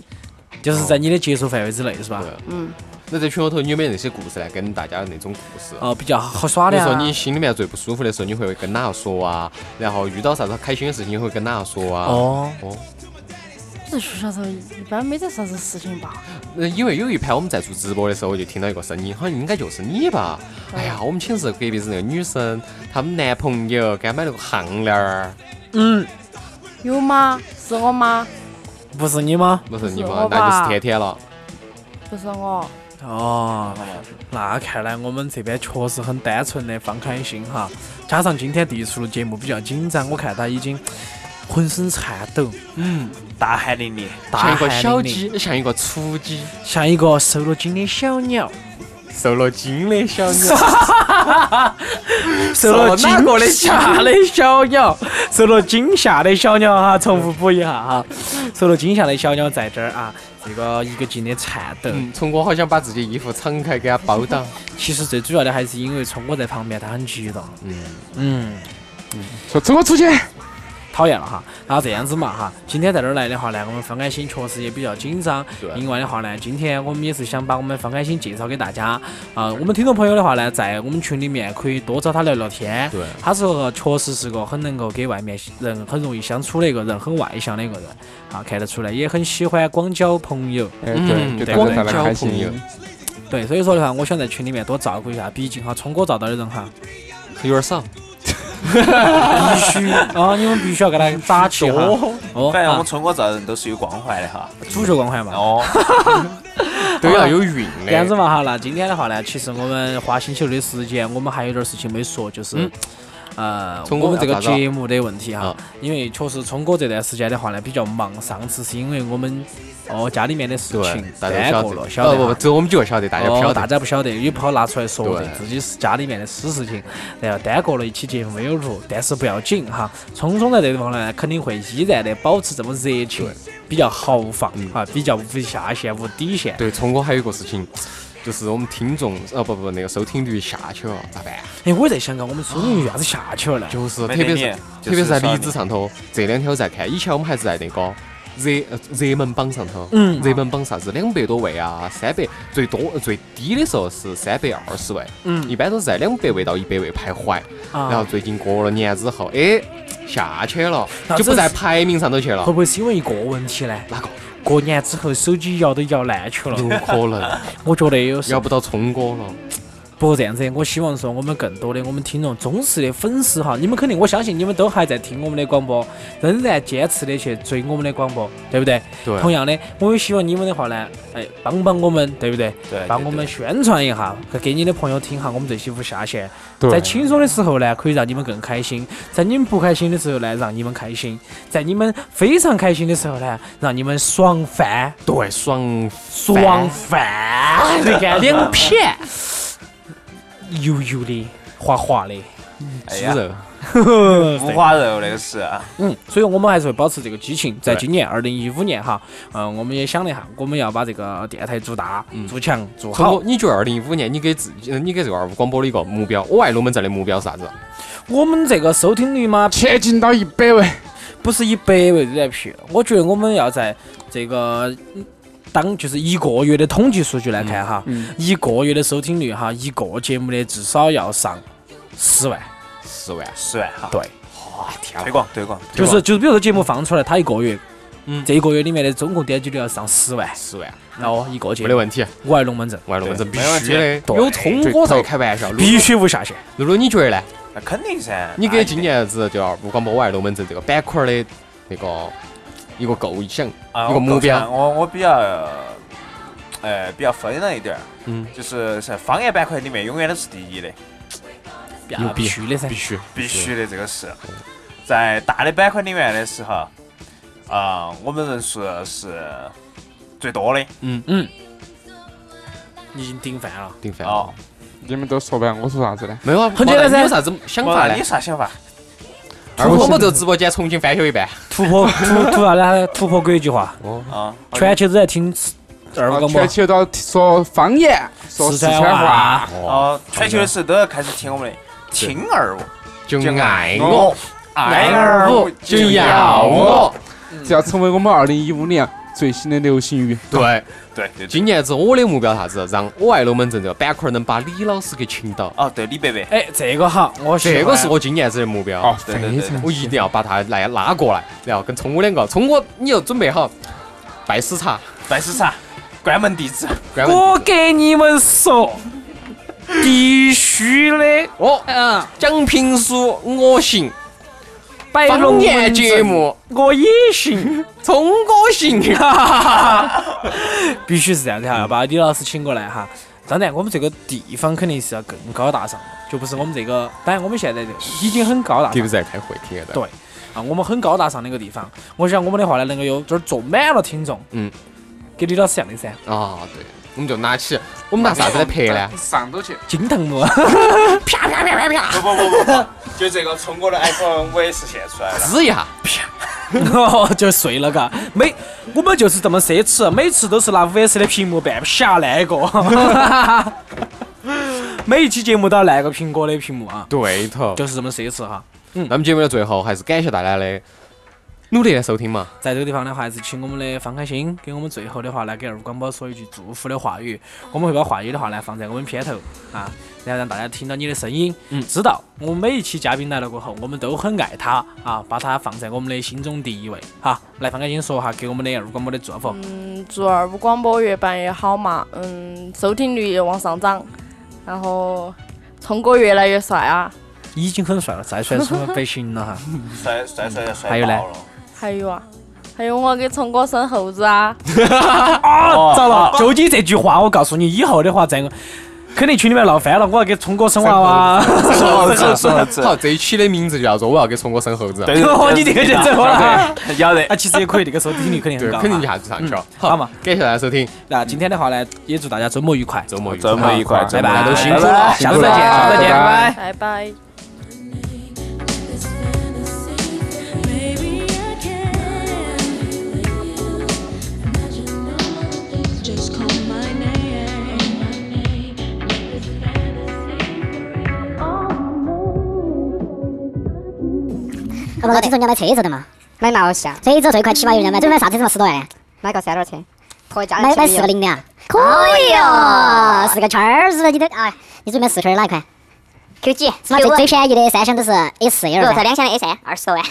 S4: 就是在你的接受范围之内，是吧？
S3: 对，
S6: 嗯，
S3: 那在群里头你有没有那些故事来跟大家
S2: *laughs*
S3: 那种故事？
S4: 哦，比较好耍
S3: 比
S4: 的
S3: 如
S4: 啊。
S3: 说你心里面最不舒服的时候，你会跟哪个说啊？然后遇到啥子开心的事情，你会跟哪个说啊？
S4: 哦，
S3: 哦，
S6: 在学校时候一般没得啥子事情吧。
S3: 那呃因为有一盘我们在做直播的时候，我就听到一个声音，好像应该就是你吧？哎呀，我们寝室隔壁是那个女生，她们男朋友给她买了个项链儿，
S4: 嗯，
S6: 有吗？是我吗？
S4: 不是你吗？
S3: 不是你
S6: 是
S3: 吗
S6: 我？
S3: 那就是
S6: 吧
S3: 天天了。
S6: 不是我，
S4: 哦，那看来我们这边确实很单纯的放开心哈。加上今天第一次录节目比较紧张，我看他已经浑身颤抖，
S5: 大汗淋漓，
S4: 大
S3: 像一个
S4: 汗
S3: 小
S4: 淋漓，
S3: 鸡，像一个雏鸡，
S4: 像一个受了惊的小鸟，
S3: 受了惊的小鸟。
S4: 受了惊吓的小鸟， *laughs* 受了惊吓的小鸟哈，重复补一下哈，受了惊吓的小鸟在这儿啊，这个一个劲的颤抖。
S3: 嗯，聪哥好想把自己衣服敞开给她包挡。
S4: 其实最主要的还是因为聪哥在旁边，他很激动。
S3: 嗯，
S4: 嗯。
S2: 说走我出去，哎
S4: 讨厌了哈。然后这样子嘛哈，今天在这儿来的话呢，我们方开心确实也比较紧张。
S3: 对
S4: 另外的话呢，今天我们也是想把我们方开心介绍给大家啊、我们听众朋友的话呢，在我们群里面可以多找他聊聊天。
S3: 对
S4: 他是个确实是个很能够给外面人很容易相处的一个人，很外向的一个人啊，看得出来也很喜欢广交朋友。
S2: 哎，
S3: 嗯
S2: 对，就
S3: 对
S2: 大家
S3: 广交
S2: 开
S3: 朋友
S2: 心。
S4: 对，所以说的话，我想在群里面多照顾一下，毕竟哈，聪哥照到的人哈，
S3: 有点少。
S4: 必须啊，你们必须要给他打气
S3: *laughs*
S4: 哈。哦，
S5: 反正我们
S4: 啊，
S5: 村哥这人都是有光环的哈。
S4: 主角光环嘛。
S5: 哦，
S3: 都要啊有韵
S4: 这样子
S3: 的。
S4: 嘛哈，那今天的话呢，其实我们花星期六的时间，我们还有点事情没说，就是。
S3: 嗯
S4: 呃，
S3: 聪哥
S4: 我们这个
S3: 要咋搞
S4: 节目的问题哈
S3: 啊，
S4: 因为确实聪哥这段时间的话呢比较忙，上次是因为我们哦家里面的事
S3: 对
S4: 情，
S3: 大家都
S4: 过了，
S3: 晓
S4: 晓
S3: 得。
S4: 得
S3: 哦不不不，
S4: 哈
S3: 只有我们几个晓得，大家不
S4: 哦
S3: 晓
S4: 大
S3: 得。
S4: 家不晓得，也不好拿出来说
S3: 对
S4: 的，自己是家里面的私事情，然后单过了一期节目没有录，但是不要紧哈，聪聪在这地方呢肯定会依然的保持这么热情，比较豪放
S3: 嗯
S4: 哈，比较无下限、无底线。
S3: 对，聪哥还有一个事情，就是我们听众哦不不，那个收听率下去了，咋办？
S4: 哎，我也在想啊，我们收听率为啥子下去了呢？
S3: 就是特
S5: 没
S3: 别
S5: 得
S3: 是
S5: 你
S3: 特别是在
S5: 就是少
S3: 荔枝上头，这两天我在看，以前我们还是在那个热呃热门榜上头，
S4: 嗯
S3: 热门榜啥子两百多位啊，三百最多最低的时候是三百二十位，
S4: 嗯
S3: 一般都是在两百位到一百位徘徊。
S4: 啊，
S3: 然后最近过了年之后，哎，下去了，
S4: 那
S3: 就不
S4: 这
S3: 在
S4: 是
S3: 排名上头去了
S4: 会，不会是因为一个问题呢？
S3: 哪个？
S4: 过年之后手机摇都摇烂去了，
S3: 有可能
S4: 我觉得有时
S3: 要不到聪哥了。
S4: 不过这样子，我希望说我们更多的我们听众忠实的粉丝哈，你们肯定我相信你们都还在听我们的广播，仍然坚持的去追我们的广播，对不对？
S3: 对
S4: 同样的，我也希望你们的话呢，哎，帮帮我们，对不对？
S5: 对
S4: 帮我们宣传一下，给你的朋友听一下我们这期无下限。
S2: 对
S4: 在轻松的时候呢，可以让你们更开心；在你们不开心的时候呢，让你们开心；在你们非常开心的时候呢，让你们爽翻
S3: 对，爽
S4: 爽翻，你看两片油油的、滑滑的。
S5: 哎
S3: 猪
S5: 呀，
S3: 肉，
S5: 五花肉那个是啊，
S4: 嗯，所以我们还是会保持这个激情，在
S5: 对
S4: 今年二零一五年哈，嗯、我们也想了一下，我们要把这个电台做大、做强、做
S3: 通
S4: 好
S3: 过。你觉得二零一五年你给自己，呃你给这个二五广播的一个目标，我爱龙门阵的目标是啥子？
S4: 我们这个收听率嘛，
S2: 前进到一百位，
S4: 不是以百为这来撇，我觉得我们要在这个嗯当就是一个月的统计数据来看哈，一个月的收听率哈，一个节目的至少要上十万。
S3: 十万，
S5: 十万哈，
S4: 对
S3: 天啊
S5: 推广推广，
S4: 就
S5: 推广
S4: 是就是，比如说节目放出来，它一个月，
S3: 嗯
S4: 这一个月里面的总共点击率要上十万，
S3: 十万，
S4: 哦，一个节
S3: 没得
S4: 目，
S3: 问题。
S4: 我爱龙门阵，
S3: 我爱龙门阵必
S5: 没问
S3: 须的，
S4: 对
S3: 有通
S2: 这
S3: 我在
S2: 头
S3: 开玩笑。露
S4: 必须无哎下限。
S3: 露露，你觉得呢？
S5: 那啊肯定噻。
S3: 你
S5: 那
S3: 给
S5: 一
S3: 今
S5: 定
S3: 年子就要不广播我爱龙门阵这个板块儿的那个一个构想，
S5: 啊
S3: 一个目标，
S5: 我我比较，呃，比较分了一点儿，
S3: 嗯，
S5: 就是在方言板块里面永远都是第一的，
S4: 啊必须的噻
S3: 必，须
S5: 必须的，这个是。
S3: 嗯
S5: 在大的板块里面的时候，啊、我们人数是最多的
S4: 已经顶饭了。
S3: 顶饭
S5: 哦。
S2: 你们都说完，我说啥子呢？
S3: 没有啊，
S4: 很简单噻
S3: 你有啥子想
S5: 我
S3: 法
S5: 那
S3: 呢
S5: 你？啥想法？
S3: 通过我们这个直播间重新翻修一遍。
S4: 突破 *laughs* 突突啥呢？突破国际化，
S3: 哦，
S5: 啊、
S4: 全球都在听二五
S2: 啊
S4: 广播
S2: 全，球到说方言，说
S4: 四
S2: 四川
S4: 川
S2: 话，
S4: 话，
S5: 哦，全球的时候都要开始听我们的听二五，
S3: 就
S5: 就
S3: 爱
S4: 哦
S5: 爱
S3: 我，
S5: 哦爱二五
S3: 就要我。
S2: 这要成为我们二零一五年最新的流行语。
S3: 对，
S5: 对对对。
S3: 今年子我的目标啥子？让我爱龙门阵这个板块儿能把李老师给请到，
S5: 哦，对，李伯伯，
S4: 哎，这个好，我喜欢
S3: 这个是我今年子的目标。
S2: 哦，
S5: 对
S2: 非
S5: 对对
S2: 常
S3: 我一定要把他来拉过来，然后跟聪哥两个，聪哥你要准备好拜师茶，
S5: 拜师茶，关门弟子，
S3: 关门
S4: 我给你们说，必须的，
S3: 哦，
S4: 嗯，
S3: 讲评书我行，
S4: 摆龙
S3: 方言
S4: 门
S3: 节
S4: 阵，
S3: 目
S4: 我也行。
S3: 聪哥行， *laughs*
S4: *laughs* 必须是这样的哈，要把李老师请过来哈。当然，我们这个地方肯定是要更高大上的，就不是我们这个。当然，我们现在这个已经很高大
S3: 你
S4: 上
S3: 不是在开会听得
S4: 对
S3: 到？
S4: 啊，我们很高大上的一个地方。我想我们的话呢，能够有这儿坐满了听众，
S3: 嗯，
S4: 跟李老师一样的
S3: *laughs*
S4: 噻，
S3: 啊，对，我们就拿起，我们拿啥子来拍呢？
S2: 上头去，
S4: 金藤木。
S5: 不不不不不，就这个聪哥的 iPhone 五 S 现出来了。
S3: 支一下，
S4: 哦， *laughs* 就碎了嘎。每我们就是这么奢侈，啊每次都是拿 5S 的屏幕半下烂一
S3: *laughs*
S4: 个，每一期节目都要烂一个苹果的屏幕啊，
S3: 对头。
S4: 就是这么奢侈哈。
S3: 那么节目的最后，还是感谢大家的努力的收听嘛。
S4: 在这个地方的话，还是请我们的方开心给我们最后的话呢，给二广播说一句祝福的话语。我们会把话语的话呢放在我们片头啊，然后让大家听到你的声音，嗯，知道我们每一期嘉宾来了过后，我们都很爱他啊，把他放在我们的心中第一位哈。来，方开心说哈，给我们的二广播的祝福。
S6: 嗯，祝二五广播越办越好嘛，嗯，收听率也往上涨，然后聪哥越来越帅啊，
S4: 已经很帅了，再帅出门不行了哈。
S5: 帅帅帅帅
S4: 还有嘞
S5: 爆了
S6: 还有啊，还有我给聪哥生猴子啊，
S4: 啊，糟了！就你这句话，我告诉你，以后的话在我肯定群里面闹翻了，我要给聪哥生娃啊娃。
S5: 猴子，生猴子，
S3: 好，这一期的名字就叫做我要给聪哥生猴子。啊
S5: 对
S4: 哦， *laughs* 你这个就走了。
S5: 要得
S4: 啊，，其实也可以，这个收听率肯定很
S3: 对，
S4: 高。啊
S3: 肯定一。下子上去了。
S4: 好嘛，
S3: 感谢大家收听，
S4: 那今天的话呢，也祝大家周末愉快，
S3: 周末愉快
S5: 周。末愉快，
S4: 拜
S5: 嗯周末
S4: 拜，
S5: 愉快
S3: 都辛苦了
S4: 下次再见，下次再见，拜拜。
S6: 拜拜。
S8: This fantasy, maybe I can imagine all the things. Just call my name. This fantasy, oh no.
S9: 啊，不是，听说你要买车子的嘛？买毛线？车子最快七八一人买，最买啥车子嘛？十多万？买个三轮车，可以加买买四个零的啊？可以哦，是个圈儿似的，你都哎，你准备试圈儿哪一款？Q 几？是吗？最最便宜的三厢都是 S 四 L，不，这两厢的 S 三，二十多万。